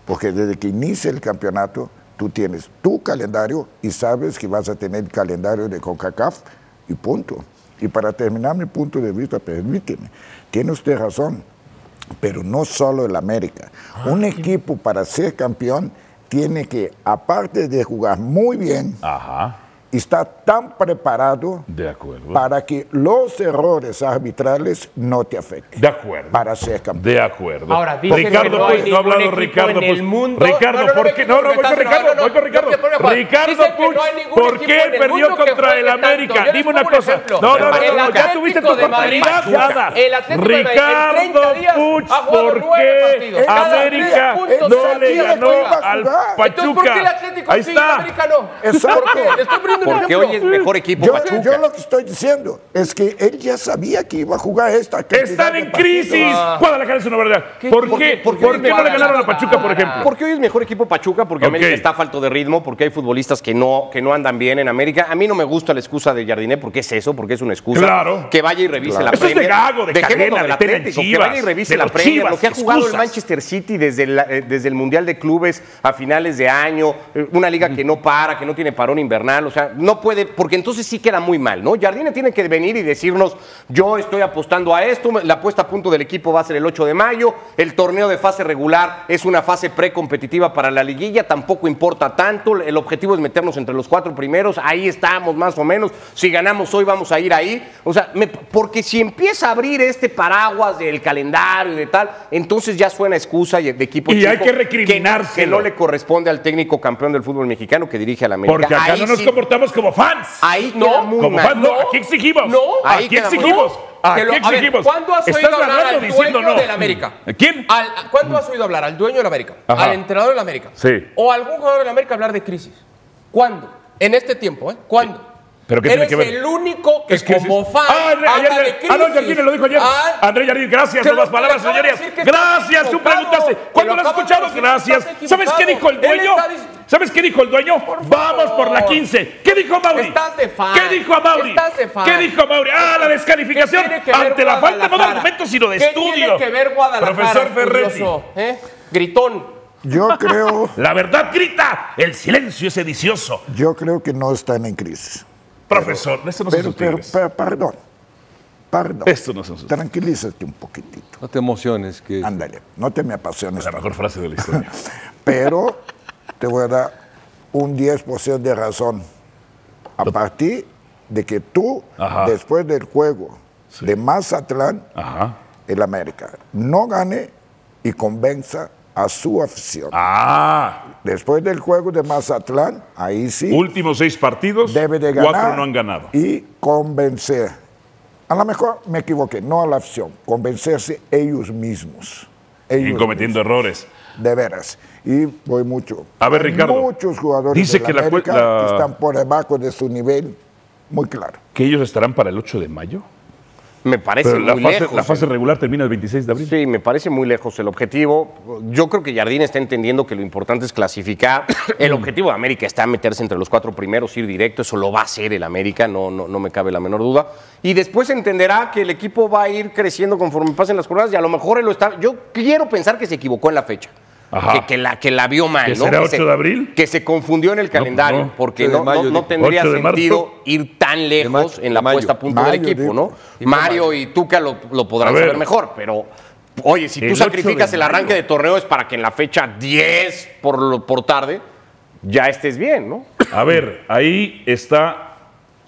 Porque desde que inicia el campeonato, tú tienes tu calendario y sabes que vas a tener el calendario de CONCACAF y punto. Y para terminar mi punto de vista, permíteme, tiene usted razón, pero no solo el América. Un equipo para ser campeón tiene que, aparte de jugar muy bien,
Ajá.
está tan preparado
Ah, De acuerdo.
para que los errores arbitrales no te afecten.
De acuerdo.
Para ser campeón.
De acuerdo.
Ahora, dicen que
Ricardo,
no hay
pues, no ha
ningún
hablado
equipo
Ricardo.
en
pues,
el mundo.
Ricardo,
No, no, no,
¿por
no,
qué?
no,
No, no,
no,
voy con
no,
Ricardo,
no, no,
voy con Ricardo.
no te pongas, Juan.
Ricardo
Dicen que no
Puch,
hay ningún
¿por
equipo
qué
en el
perdió
mundo que
contra
juegue
el
tanto? Yo
América?
les
Dime una
pongo un
cosa.
ejemplo.
No, no, no,
El
no, ya
Atlético
tuviste tu
de Madrid,
oportunidad,
Pachuca.
nada.
El Atlético de Madrid, en 30
Ricardo
días
Puch,
ha jugado
¿por
nueve
qué
partidos. Cada tres
América
puntos
no le
sabía que
ganó
iba
a
al
jugar.
Entonces, ¿por qué el
Pachuca?
Atlético
Ahí
sí y el
está.
América no?
Exacto.
¿Por qué? Le estoy poniendo un
Porque
ejemplo.
hoy es mejor equipo
Yo,
Pachuca.
yo lo que estoy diciendo es que él ya sabía que iba a jugar esta cantidad
Están
de
en
partidos.
crisis. Guadalajara es una verdad.
¿Qué-
¿Por
por
qué?
qué- por qué
¿Por qué no le
Guadalajara?
ganaron a Pachuca,
Ah,
por ejemplo?
Porque hoy es mejor equipo Pachuca, porque
Ok.
América está falto de ritmo, porque hay futbolistas que no, que no andan bien en América. A mí no me gusta la excusa de Jardiné, porque es eso, porque es una excusa.
Claro.
Que vaya y revise
Claro.
la
Eso es de
Premier.
Gago, de
Dejémonos
Cadena,
del
de Tena en
Atlético, que
Chivas,
vaya y
de
revise la
los
Premier,
Chivas,
lo que ha jugado
excusas.
el Manchester City desde, la- eh, desde el Mundial de Clubes a finales de año, eh, una liga que no para, que no tiene parón invernal, o sea, no puede, porque entonces sí queda muy mal, ¿no? Jardine tiene que venir y decirnos, yo estoy apostando a esto, la apuesta a punto del equipo va a ser el 8 de mayo, el torneo de fase regular es una fase precompetitiva para la liguilla, tampoco importa tanto, el objetivo es meternos entre los cuatro primeros, ahí estamos más o menos, si ganamos hoy vamos a ir ahí, o sea, me- porque si empieza a abrir este paraguas del calendario y de tal, entonces ya suena excusa y- de equipo
Y hay
chico
que
que, que
recriminárselo.
no le corresponde al técnico campeón del fútbol mexicano que dirige a la América.
Porque acá
Ahí
no nos
sí-
comportamos como fans.
Ahí
No,
queda muy
como
mal.
fans, no, aquí exigimos.
No,
ahí
aquí
queda muy-
exigimos.
No,
Aquí
que lo- a ver,
exigimos.
¿Cuándo has oído
Estás
hablar
hablando
al
diciendo
dueño
no.
del América?
¿A ¿Quién?
Al- ¿Cuándo has oído hablar al dueño de la América?
Ajá.
Al entrenador de la América.
Sí.
O a algún jugador de la América hablar de crisis. ¿Cuándo? En este tiempo, ¿eh? ¿Cuándo?
¿Pero qué
Eres
tiene que ver?
el único que
¿Es crisis?
como fan
Ah, André-
habla
ayer-
de crisis.
Ah, no, Jardine lo dijo ayer.
Ah,
André Jardín, gracias
Te
por
lo-
las palabras,
te acabo de
señorías.
decir que estás
Gracias, tú
equivocado.
preguntaste.
Te
¿Cuándo
lo
lo has
acabo de
escuchado?
decir,
Gracias.
estás
¿Sabes qué dijo el
equivocado. Él
dueño?
está dic-
¿Sabes qué dijo el dueño?
Por
Vamos por la
favor.
15. ¿Qué dijo Mauri?
Estás de fan.
¿Qué dijo a Mauri?
Estás de fan.
¿Qué dijo Mauri? Ah, la descalificación
¿Qué tiene que ver
ante la falta no de
Guadalajara?
argumentos sino de
¿Qué
estudio.
tiene que ver Guadalajara?
Profesor Ferretti.
curioso, ¿eh? Gritón.
Yo creo,
La verdad ¡Ah, grita, el silencio es sedicioso.
yo creo que no están en crisis.
Profesor, esto no son
Pero,
sus
pero,
tigres.
pero, perdón, perdón.
Esto no son sus tigres.
Tranquilízate un poquitito.
No te emociones, que
Ándale, no te me apasiones.
La mejor frase de la historia.
Pero te voy a dar un 10% de razón. A partir de que tú,
Ajá.
después del juego de Mazatlán,
Ajá.
el América no gane y convenza a su afición.
Ah,
Después del juego de Mazatlán, ahí sí
últimos seis partidos,
debe de ganar.
cuatro no han ganado.
Y convencer. A lo mejor me equivoqué, no a la afición, convencerse ellos mismos.
Y
Ellos
cometiendo
mismos,
errores.
De veras. Y voy mucho.
A ver,
Hay
Ricardo,
Muchos jugadores
dice
de
que la cue-
América
la-
que están por debajo de su nivel, muy claro.
¿Que ellos estarán para el 8 de mayo?
Me parece
Pero la
muy
fase,
lejos.
la fase
eh.
regular termina el 26 de abril.
Sí, me parece muy lejos el objetivo. Yo creo que Jardín está entendiendo que lo importante es clasificar. El objetivo de América está meterse entre los cuatro primeros, ir directo. Eso lo va a hacer el América, no, no, no me cabe la menor duda. Y después entenderá que el equipo va a ir creciendo conforme pasen las jornadas y a lo mejor él lo está. Yo quiero pensar que se equivocó en la fecha.
Ajá.
Que, que la, que la vio mal.
¿Que
¿no?
será
se-
8 de abril?
Que se confundió en el calendario,
no.
porque
8 de
no, no-
mayo,
no
dijo.
tendría
8 de marzo.
sentido ir tan lejos
mayo,
en la
de mayo.
puesta a punto del
Mayo,
equipo,
dijo.
¿no? Mario y Tuca lo, lo
A
podrán
ver.
saber mejor, pero oye, si
El
tú
8 de
sacrificas el
mayo.
arranque de torneo es para que en la fecha 10 por, lo- por tarde ya estés bien, ¿no?
A ver, ahí está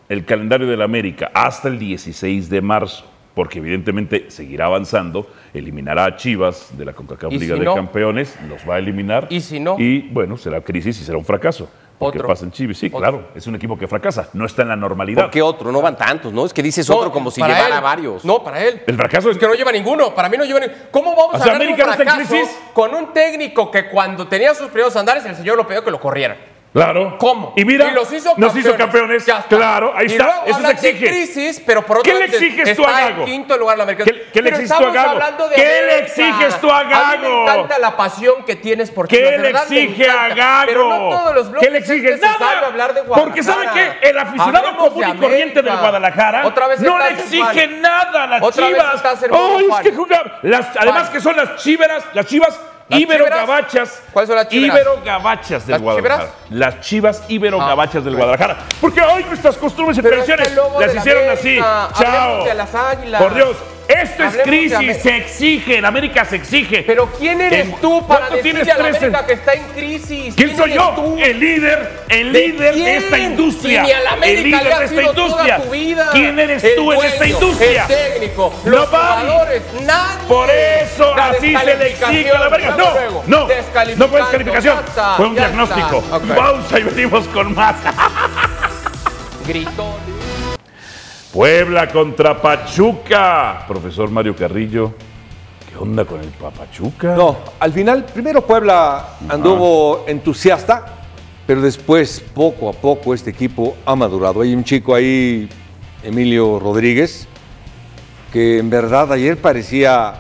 el calendario de la América hasta el 16 de marzo, porque evidentemente seguirá avanzando, eliminará a Chivas de la CONCACAF
¿Y
Liga
si
de
no?
Campeones, los va a eliminar.
¿Y si no?
Y bueno, será crisis y será un fracaso. Porque
Otro.
pasa en Chivas, sí,
Otro.
claro, es un equipo que fracasa, no está en la normalidad.
Porque otro, no van tantos, ¿no? Es que dices
No,
otro como si
para
llevara
él.
varios.
No, para él.
El fracaso es-
es que no lleva ninguno. Para mí no lleva ninguno. ¿Cómo vamos
O
a
sea,
hablar de un
América no está en
fracaso
crisis.
con un técnico que cuando tenía sus primeros andares el señor lo pidió que lo corrieran?
Claro.
¿Cómo?
Y mira,
los hizo
nos hizo campeones.
Ya está.
Claro, ahí
Y
está.
luego
Eso se
hablas de
exige.
crisis, pero por otro
¿Qué le
lado,
exiges tú
está
a
en
Gago?
quinto lugar la América.
¿Qué- qué le
Pero
exiges tú a
estamos
Gago?
hablando de
¿Qué le
América.
exiges tú a
mí me
Gago?
encanta la pasión que tienes por
¿Qué
Chivas, de
le
verdad, me
exige a
encanta.
Gago?
Pero no todos los bloques
¿Qué le
es
exige?
necesario
Nada.
hablar de Guadalajara.
Porque ¿sabe qué? El aficionado
Hablemos de
común y corriente
América.
del Guadalajara
Ah, Otra vez
no le
estás en
exige
mal.
nada a las
Otra vez
Chivas.
estás en modo
Ay, es
fan.
que jugaba- las- además
Fan.
que son las chiveras, las chivas
¿Las
ibero-gabachas.
chiveras? ¿Cuáles son las chiveras?
Ibero-gabachas del
¿Las Ah,
Guadalajara.
chiveras?
Las chivas ibero-gabachas del
bueno.
Guadalajara. Porque hoy nuestras costumbres y
Pero
tradiciones
es que el lobo
las
de la
hicieron así.
América.
Chao.
Hablemos de las Águilas.
Por Dios. Esto es
Hablemos de
crisis,
América.
se exige, en América se exige.
Pero ¿quién eres
En-
tú para
¿Cuánto
decirle
tienes?
a la
Tres
América que está en crisis?
¿Quién soy
eres
yo?
tú?
El líder, el
¿De
líder de
quién?
esta industria.
Si ni a la América
el líder
le ha
de esta
sido toda
industria.
tu vida.
¿Quién eres
El
tú en esta
dueño,
industria?
El técnico,
No
los
vale.
jugadores, nadie.
Por eso
La
así se le exige a la verga.
descalificación, luego,
No, no, no fue descalificación.
ya está,
Fue un
ya está.
diagnóstico.
Ok.
Pausa y venimos con más.
Gritó.
Puebla contra Pachuca. Profesor Mario Carrillo, ¿qué onda con el Papachuca?
No, al final, primero Puebla anduvo entusiasta, pero después, poco a poco, este equipo ha madurado. Hay un chico ahí, Emilio Rodríguez, que en verdad ayer parecía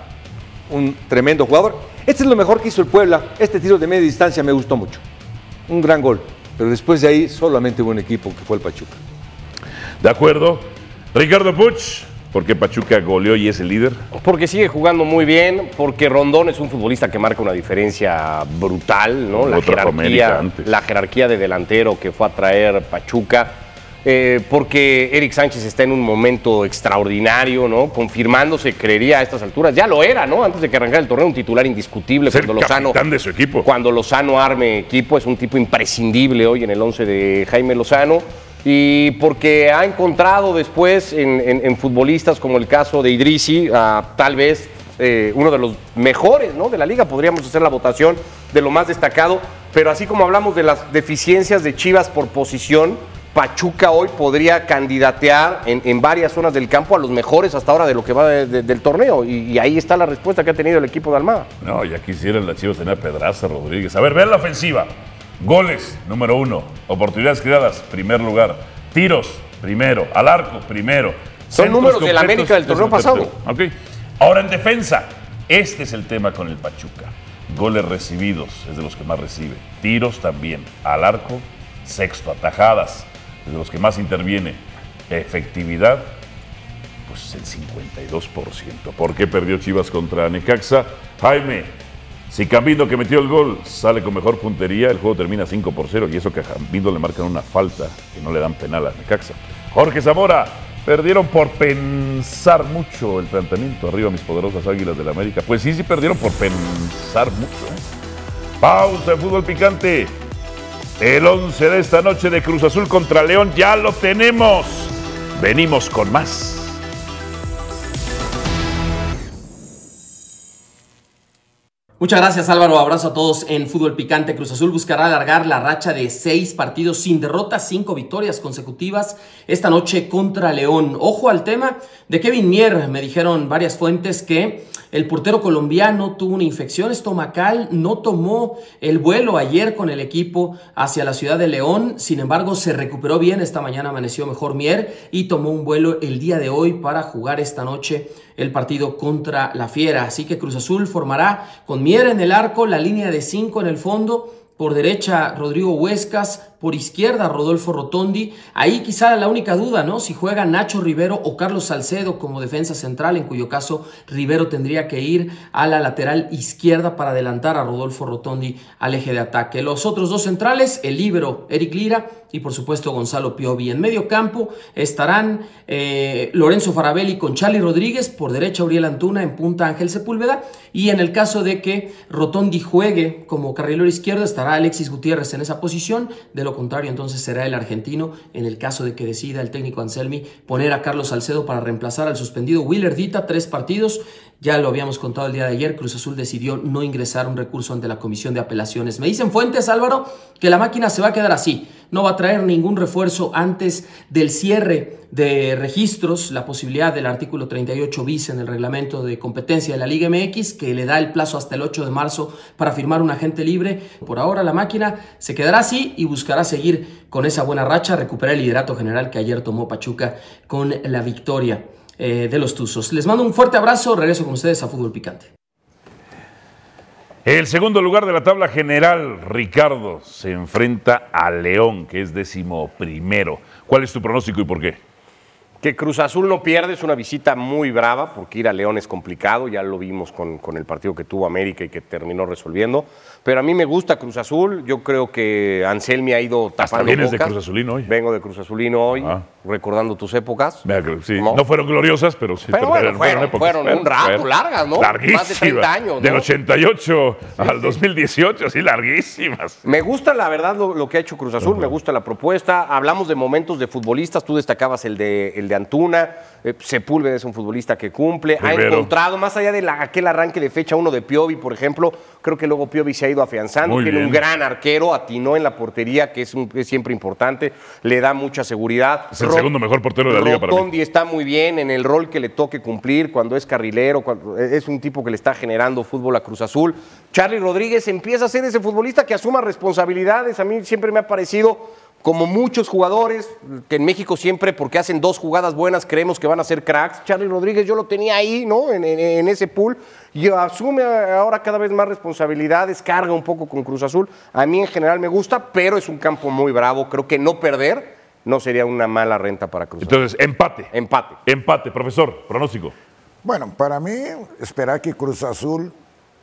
un tremendo jugador. Este es lo mejor que hizo el Puebla. Este tiro de media distancia me gustó mucho. Un gran gol. Pero después de ahí solamente hubo un equipo que fue el Pachuca.
¿De acuerdo? Ricardo Puch, porque Pachuca goleó y es el líder.
Porque sigue jugando muy bien, porque Rondón es un futbolista que marca una diferencia brutal, ¿no? La
Otra América
jerarquía,
antes.
la jerarquía de delantero que fue a traer Pachuca, eh, porque Eric Sánchez está en un momento extraordinario, ¿no? Confirmándose, creería a estas alturas, ya lo era, ¿no? Antes de que arrancara el torneo, un titular indiscutible
Es el
cuando Lozano
capitán de su equipo.
cuando Lozano arme equipo, es un tipo imprescindible hoy en el 11 de Jaime Lozano. Y porque ha encontrado después en, en- en futbolistas como el caso de Idrisi, a tal vez eh, uno de los mejores ¿no? de la liga, podríamos hacer la votación de lo más destacado. Pero así como hablamos de las deficiencias de Chivas por posición, Pachuca hoy podría candidatear en, en varias zonas del campo a los mejores hasta ahora de lo que va de- de- del torneo. Y- y ahí está la respuesta que ha tenido el equipo de Almada.
No, ya quisieran las Chivas tener a Pedraza, Rodríguez. A ver, vean la ofensiva. Goles, número uno. Oportunidades creadas, primer lugar. Tiros, primero. Al arco, primero.
Son
Centros
números del
completos,
América del
es
torneo
el tercero.
pasado.
Ok. Ahora en defensa. Este es el tema con el Pachuca. Goles recibidos es de los que más recibe. Tiros también. Al arco, sexto. Atajadas es de los que más interviene. Efectividad, pues el 52%. ¿Por qué perdió Chivas contra Necaxa? Jaime, si Cambindo que metió el gol sale con mejor puntería, el juego termina 5 por 0 y eso que a Cambindo le marcan una falta que no le dan penal a Necaxa. Jorge Zamora, perdieron por pensar mucho el planteamiento. Arriba mis poderosas águilas del América. Pues sí, sí perdieron por pensar mucho. ¿eh? Pausa en fútbol picante. El 11 de esta noche de Cruz Azul contra León ya lo tenemos. Venimos con más.
Muchas gracias Álvaro, abrazo a todos en Fútbol Picante. Cruz Azul buscará alargar la racha de seis partidos sin derrotas, cinco victorias consecutivas esta noche contra León. Ojo al tema de Kevin Mier, me dijeron varias fuentes que El portero colombiano tuvo una infección estomacal, no tomó el vuelo ayer con el equipo hacia la ciudad de León, sin embargo se recuperó bien, esta mañana amaneció mejor Mier y tomó un vuelo el día de hoy para jugar esta noche el partido contra la Fiera. Así que Cruz Azul formará con Mier en el arco, la línea de 5 en el fondo. Por derecha, Rodrigo Huescas. Por izquierda, Rodolfo Rotondi. Ahí quizá la única duda, ¿no? Si juega Nacho Rivero o Carlos Salcedo como defensa central, en cuyo caso Rivero tendría que ir a la lateral izquierda para adelantar a Rodolfo Rotondi al eje de ataque. Los otros dos centrales, el libero Eric Lira y por supuesto Gonzalo Piovi. En medio campo estarán eh, Lorenzo Farabelli con Charlie Rodríguez, por derecha Uriel Antuna, en punta Ángel Sepúlveda y en el caso de que Rotondi juegue como carrilero izquierdo estará Alexis Gutiérrez en esa posición, de lo contrario entonces será el argentino en el caso de que decida el técnico Anselmi poner a Carlos Salcedo para reemplazar al suspendido Willer Dita, tres partidos, ya lo habíamos contado el día de ayer, Cruz Azul decidió no ingresar un recurso ante la Comisión de Apelaciones. Me dicen fuentes, Álvaro, que la máquina se va a quedar así. No va a traer ningún refuerzo antes del cierre de registros, la posibilidad del artículo 38 bis en el reglamento de competencia de la Liga MX, que le da el plazo hasta el 8 de marzo para firmar un agente libre. Por ahora la máquina se quedará así y buscará seguir con esa buena racha, recuperar el liderato general que ayer tomó Pachuca con la victoria eh, de los Tuzos. Les mando un fuerte abrazo, regreso con ustedes a Fútbol Picante.
El segundo lugar de la tabla general, Ricardo, se enfrenta a León, que es décimo primero. ¿Cuál es tu pronóstico y por qué?
Que Cruz Azul lo pierde es una visita muy brava, porque ir a León es complicado, ya lo vimos con, con el partido que tuvo América y que terminó resolviendo. Pero a mí me gusta Cruz Azul, yo creo que Anselmi ha ido tapando
Hasta vienes de
bocas.
Cruz Azulino hoy.
Vengo de Cruz Azulino hoy,
Ajá.
recordando tus épocas.
Mira, creo que sí. No fueron gloriosas, pero sí
Pero bueno, fueron- fueron un rato,
fueron.
largas, ¿no? Más de 30
Larguísimas.
años,
Del
¿no?
88 al 2018, así larguísimas.
Me gusta, la verdad, lo, lo que ha hecho Cruz Azul, me gusta la propuesta. Hablamos de momentos de futbolistas, tú destacabas el de, el de Antuna, eh, Sepúlveda es un futbolista que cumple, ha
Rivero.
encontrado, más allá de la- aquel arranque de fecha uno de Piovi, por ejemplo, creo que luego Piovi se ha ido afianzando,
Muy
tiene un
bien.
gran arquero, atinó en la portería, que es, un- es siempre importante, le da mucha seguridad.
Es el
Ro-
segundo mejor portero de la liga para mí.
Rotondi está muy bien en el rol que le toque cumplir cuando es carrilero, cuando- es un tipo que le está generando fútbol a Cruz Azul. Charlie Rodríguez empieza a ser ese futbolista que asuma responsabilidades. A mí siempre me ha parecido como muchos jugadores que en México siempre porque hacen dos jugadas buenas creemos que van a ser cracks. Charlie Rodríguez yo lo tenía ahí, ¿no? En, en- en ese pool y asume ahora cada vez más responsabilidades, carga un poco con Cruz Azul. A mí en general me gusta, pero es un campo muy bravo. Creo que no perder no sería una mala renta para Cruz Azul.
Entonces, empate.
Empate.
Empate, profesor, pronóstico.
Bueno, para mí, esperar que Cruz Azul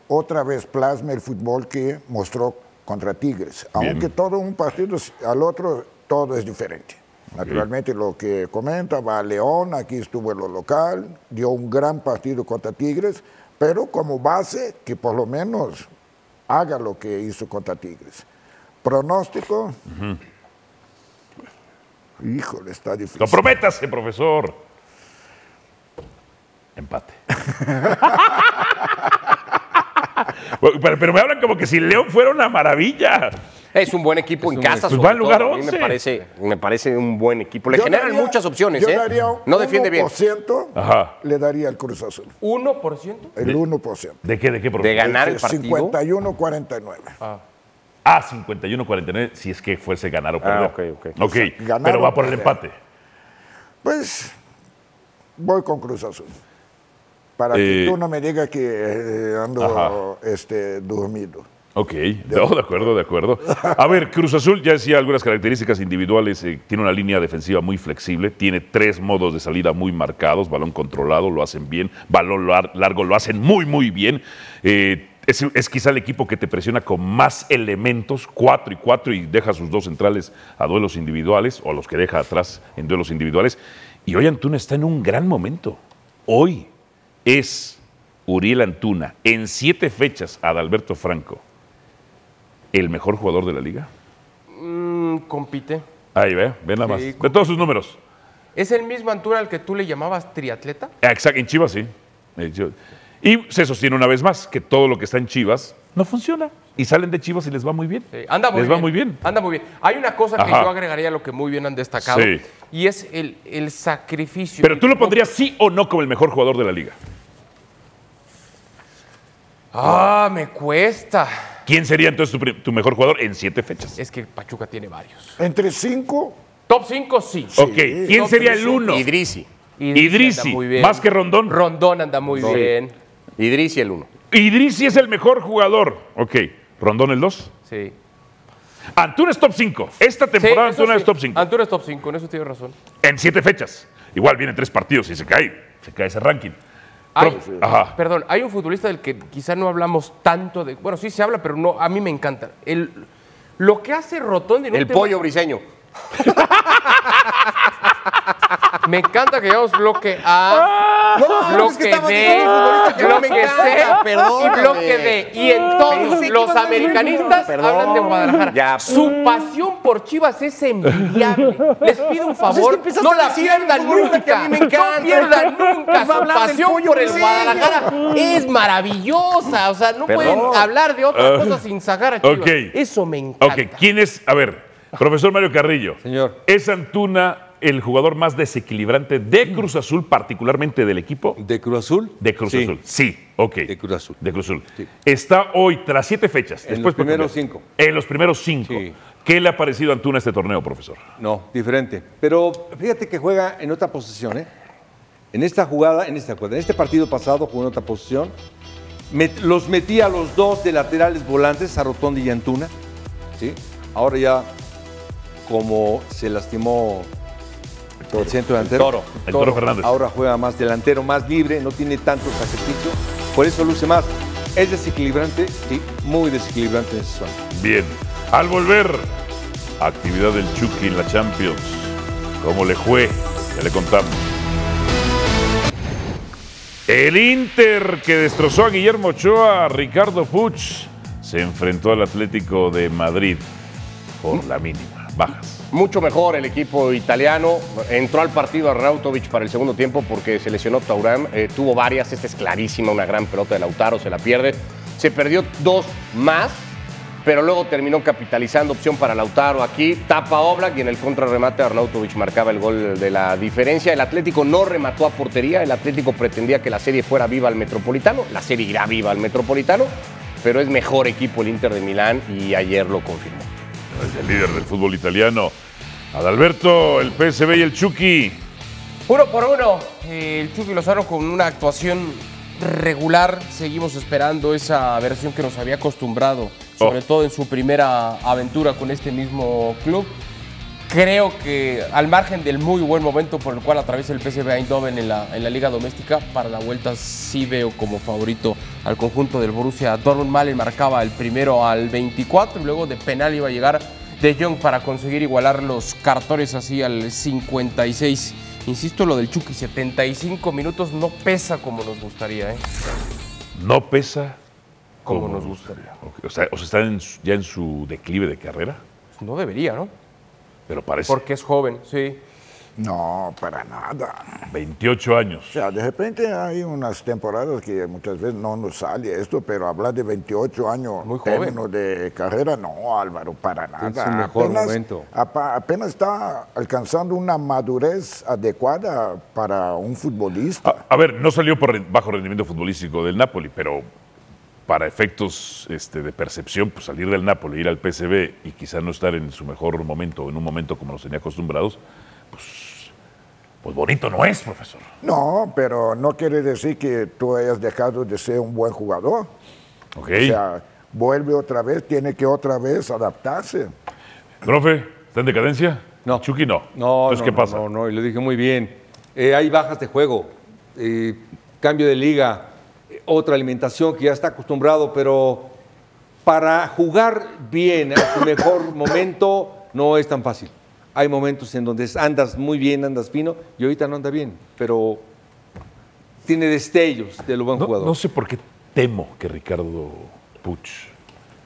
otra vez plasme el fútbol que mostró contra Tigres.
Bien.
Aunque todo un partido es- al otro, todo es diferente. Naturalmente, lo que comenta va a León, aquí estuvo en lo local, dio un gran partido contra Tigres, pero como base que por lo menos haga lo que hizo contra Tigres. Pronóstico, híjole, está difícil.
Lo prométase, profesor. Empate. Bueno, pero, pero me hablan como que si León fuera una maravilla.
Es un buen equipo en casa.
Pues
sobre
va al lugar
todo. A mí
11.
me parece, me parece un buen equipo. Le
Yo
generan
daría-
muchas opciones,
yo
¿eh?
daría un
no defiende bien.
1%
Ajá.
le daría al Cruz Azul.
¿1%?
El este, 1%.
¿De qué, de qué, profesor?
De ganar el
Es
partido.
51-49.
Ah, 51-49, si es que fuese ganar o perder.
Ah, ok, ok.
Ok,
ganar
pero
o
va por el
perder.
empate.
Pues voy con Cruz Azul. Para
Eh,
que tú no me digas que eh, ando este, dormido.
Ok, no, de acuerdo, de acuerdo. A ver, Cruz Azul ya decía algunas características individuales. eh, tiene una línea defensiva muy flexible, tiene tres modos de salida muy marcados: balón controlado, lo hacen bien, balón lar- largo, lo hacen muy, muy bien. Eh, es, es quizá el equipo que te presiona con más elementos, cuatro y cuatro, y deja sus dos centrales a duelos individuales, o los que deja atrás en duelos individuales. Y hoy Antuna está en un gran momento. Hoy es Uriel Antuna, en siete fechas, Adalberto Franco el mejor jugador de la liga.
Mm, compite.
Ahí ve, ven nada más.
Sí,
De todos sus números.
¿Es el mismo Antuna al que tú le llamabas triatleta?
Exacto, en Chivas sí. En Chivas. Y se sostiene una vez más que todo lo que está en Chivas no funciona. Y salen de Chivas y les va muy bien.
Sí, anda muy
les
bien.
va muy bien.
Anda muy bien. Hay una cosa que
Ajá.
yo agregaría a lo que muy bien han destacado
Sí.
y es el, el sacrificio.
Pero tú lo pondrías sí o no como el mejor jugador de la liga.
Ah, me cuesta.
¿Quién sería entonces tu, pri- tu mejor jugador en siete fechas?
Es que Pachuca tiene varios.
Entre cinco.
Top 5, sí.
Ok, ¿quién sería el uno?
Idrisi.
Idrisi, más que Rondón.
Rondón anda muy
Sí.
bien.
Idrisi el uno.
Idrisi es el mejor jugador. Ok, Rondón el 2.
Sí.
Antuna es top 5. Esta temporada
eso
Antuna
sí. Ah.
es top 5.
Antuna es top 5, en eso tienes razón.
En siete fechas. Igual vienen tres partidos y se cae. Se cae ese ranking.
Hay-
Prof- Ajá.
Perdón, hay un futbolista del que quizá no hablamos tanto de. Bueno, sí se habla, pero no, a mí me encanta. El, lo que hace Rotondi en un
El
tema-
pollo briseño.
Me encanta que digamos bloque A,
es que
bloque
estamos
B,
diciendo futbolista que no me
bloque C
encanta,
y
perdóname.
bloque D. Y
Pero
entonces
sí,
los
Chivas es
americanistas
bueno.
hablan de
Perdón.
Guadalajara.
Ya,
Su pasión por Chivas es envidiable. Les pido
Pues es que
un favor,
empezaste
no
a
la
decir
pierdan
futbolista que a
nunca.
mí me
No
encanta.
pierdan nunca.
Va a
Su
hablar del
pasión
pollo
por el
briseño.
Guadalajara es maravillosa. O sea, no
Perdón.
pueden hablar de otras
Ah.
cosas sin sacar a Chivas.
Ok.
Eso me encanta.
Ok, ¿quién es? A ver, profesor Mario Carrillo.
Señor.
¿Es Antuna el jugador más desequilibrante de Cruz Azul, particularmente del equipo?
¿De Cruz Azul?
De Cruz
Sí,
Azul. Sí, ok.
De Cruz Azul.
De Cruz Azul.
Sí.
Está hoy tras siete fechas.
En
después
los
puede
primeros
cambiar.
cinco.
En los primeros cinco.
Sí.
¿Qué le ha parecido a Antuna este torneo, profesor?
No, diferente. Pero fíjate que juega en otra posición, ¿eh? En esta jugada, en esta jugada, en este partido pasado jugó en otra posición. Met- los metía a los dos de laterales volantes, a Rotondi y Antuna. ¿sí? Ahora ya, como se lastimó el centro delantero.
Toro.
El Toro Fernández.
Ahora juega más delantero, más libre, no tiene tanto sacrificio. Por eso luce más. Es desequilibrante, sí, muy desequilibrante en ese zona.
Bien. Al volver, actividad del Chucky en la Champions. ¿Cómo le fue? Ya le contamos. El Inter que destrozó a Guillermo Ochoa, Ricardo Puch, se enfrentó al Atlético de Madrid por la mínima. Bajas.
Mucho mejor el equipo italiano. Entró al partido a Rautovic para el segundo tiempo porque se lesionó Tauram. Eh, tuvo varias. Esta es clarísima, una gran pelota de Lautaro. Se la pierde. Se perdió dos más, pero luego terminó capitalizando opción para Lautaro aquí. Tapa Oblak y en el contrarremate Arnautovic marcaba el gol de la diferencia. El Atlético no remató a portería. El Atlético pretendía que la serie fuera viva al Metropolitano. La serie irá viva al Metropolitano, pero es mejor equipo el Inter de Milán y ayer lo confirmó.
El líder del fútbol italiano. Adalberto, el PSV y el Chucky.
Uno por uno, eh, el Chucky Lozano con una actuación regular. Seguimos esperando esa versión que nos había acostumbrado, sobre
Oh.
todo en su primera aventura con este mismo club. Creo que al margen del muy buen momento por el cual atraviesa el PSV Eindhoven en la, en la liga doméstica, para la vuelta sí veo como favorito al conjunto del Borussia Dortmund. Malen marcaba el primero al 24 y luego de penal iba a llegar De Jong para conseguir igualar los cartones así al 56. Insisto, lo del Chucky, 75 minutos no pesa como nos gustaría, ¿eh?
No pesa
Como nos gustaría.
Ok, O sea, o sea, está en su- ya en su declive de carrera,
No debería, ¿no?
pero parece
Porque es joven, sí.
No, para nada.
28 años.
O sea, de repente hay unas temporadas que muchas veces no nos sale esto, pero hablar de 28 años,
Muy joven.
término de carrera, no, Álvaro, para nada.
su mejor momento.
apa- apenas está alcanzando una madurez adecuada para un futbolista.
A, a ver, no salió por ren- bajo rendimiento futbolístico del Napoli, pero para efectos este, de percepción, pues salir del Napoli, ir al PSV y quizá no estar en su mejor momento o en un momento como nos tenía acostumbrados, pues, pues bonito no es, profesor.
No, pero no quiere decir que tú hayas dejado de ser un buen jugador.
Ok.
O sea, vuelve otra vez, tiene que otra vez adaptarse.
Profe, ¿está en decadencia?
No.
Chucky no.
No,
Entonces,
no,
¿qué
no,
pasa?
No, no, y lo dije muy bien. Eh, hay bajas de juego, eh, cambio de liga, eh, otra alimentación que ya está acostumbrado, pero para jugar bien a tu mejor momento no es tan fácil. Hay momentos en donde andas muy bien, andas fino, y ahorita no anda bien, pero tiene destellos de lo buen
No-
jugador.
no sé por qué temo que Ricardo Puch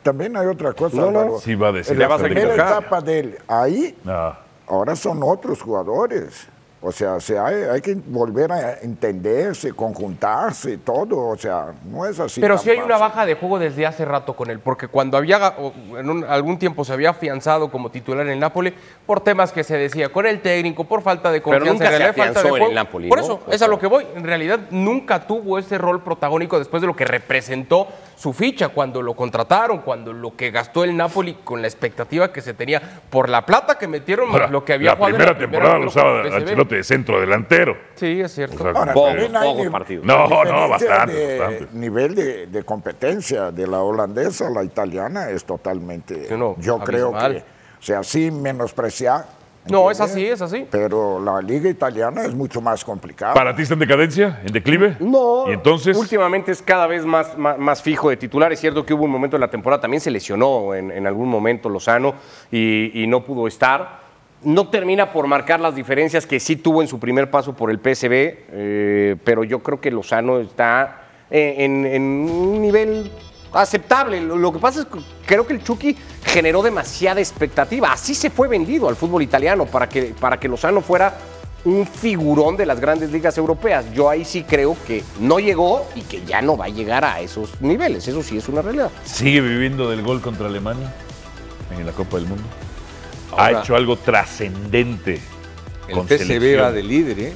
También hay otra cosa, Álvaro.
Sí va a decir.
La
vas a
primera
equivocar.
etapa de él, ahí,
Ah,
ahora son otros jugadores. O sea, se hay, hay que volver a entenderse, conjuntarse, todo. O sea, no es así.
Pero
tan
sí hay una
fácil.
baja de juego desde hace rato con él, porque cuando había o en un- algún tiempo se había afianzado como titular en el Napoli por temas que se decía con el técnico, por falta de
Pero
confianza
nunca se
realidad,
afianzó
falta de
en el
juego.
Napoli,
Por
¿no?
eso,
O
es a
sea-
lo que voy. En realidad nunca tuvo ese rol protagónico después de lo que representó su ficha cuando lo contrataron, cuando lo que gastó el Napoli con la expectativa que se tenía por la plata que metieron, más
Ahora,
lo que había
la
jugado en
primera
la
temporada lo
primera
usaba
con el PSV.
Ancelotti de centro delantero.
Sí, es cierto.
O sea,
Ahora,
pocos,
también hay
pocos
ni-
partidos. No, no,
diferencia
bastante,
de-
bastante.
Nivel de, de competencia de la holandesa a la italiana es totalmente.
Sí, no,
yo creo
abismal.
que. O sea, sin menospreciar.
No, es así,
¿entiendes?
es así.
Pero la liga italiana es mucho más complicada.
¿Para ti está en decadencia? ¿En declive?
No.
¿Y entonces?
Últimamente es cada vez más, más, más fijo de titular. Es cierto que hubo un momento en la temporada, también se lesionó en, en algún momento Lozano y, y no pudo estar. No termina por marcar las diferencias que sí tuvo en su primer paso por el PSV, eh, pero yo creo que Lozano está eh, en, en- en un nivel aceptable. Lo, lo que pasa es que creo que el Chucky generó demasiada expectativa. Así se fue vendido al fútbol italiano para que, para que Lozano fuera un figurón de las grandes ligas europeas. Yo ahí sí creo que no llegó y que ya no va a llegar a esos niveles. Eso sí es una realidad.
¿Sigue viviendo del gol contra Alemania en la Copa del Mundo?
Ahora-
ha hecho algo trascendente
El
con
PCB
selección.
va de líder, ¿eh?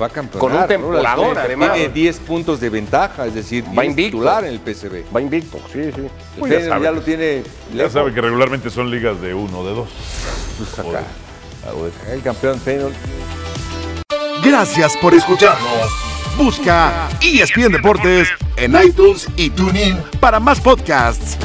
Va a campeonar.
Con un
¿no?
temporadón, además.
Tiene 10 puntos de ventaja, es decir,
Va
es
invicto.
titular en el PCB.
Va invicto, sí, sí.
El
Pues ya
PSV ya,
sabe.
lo tiene
Ya
lejos.
sabe que regularmente son ligas de uno o de dos. O de- o de-
El campeón Feyenoord.
Gracias por escucharnos. Busca ESPN Deportes en iTunes y TuneIn para más podcasts.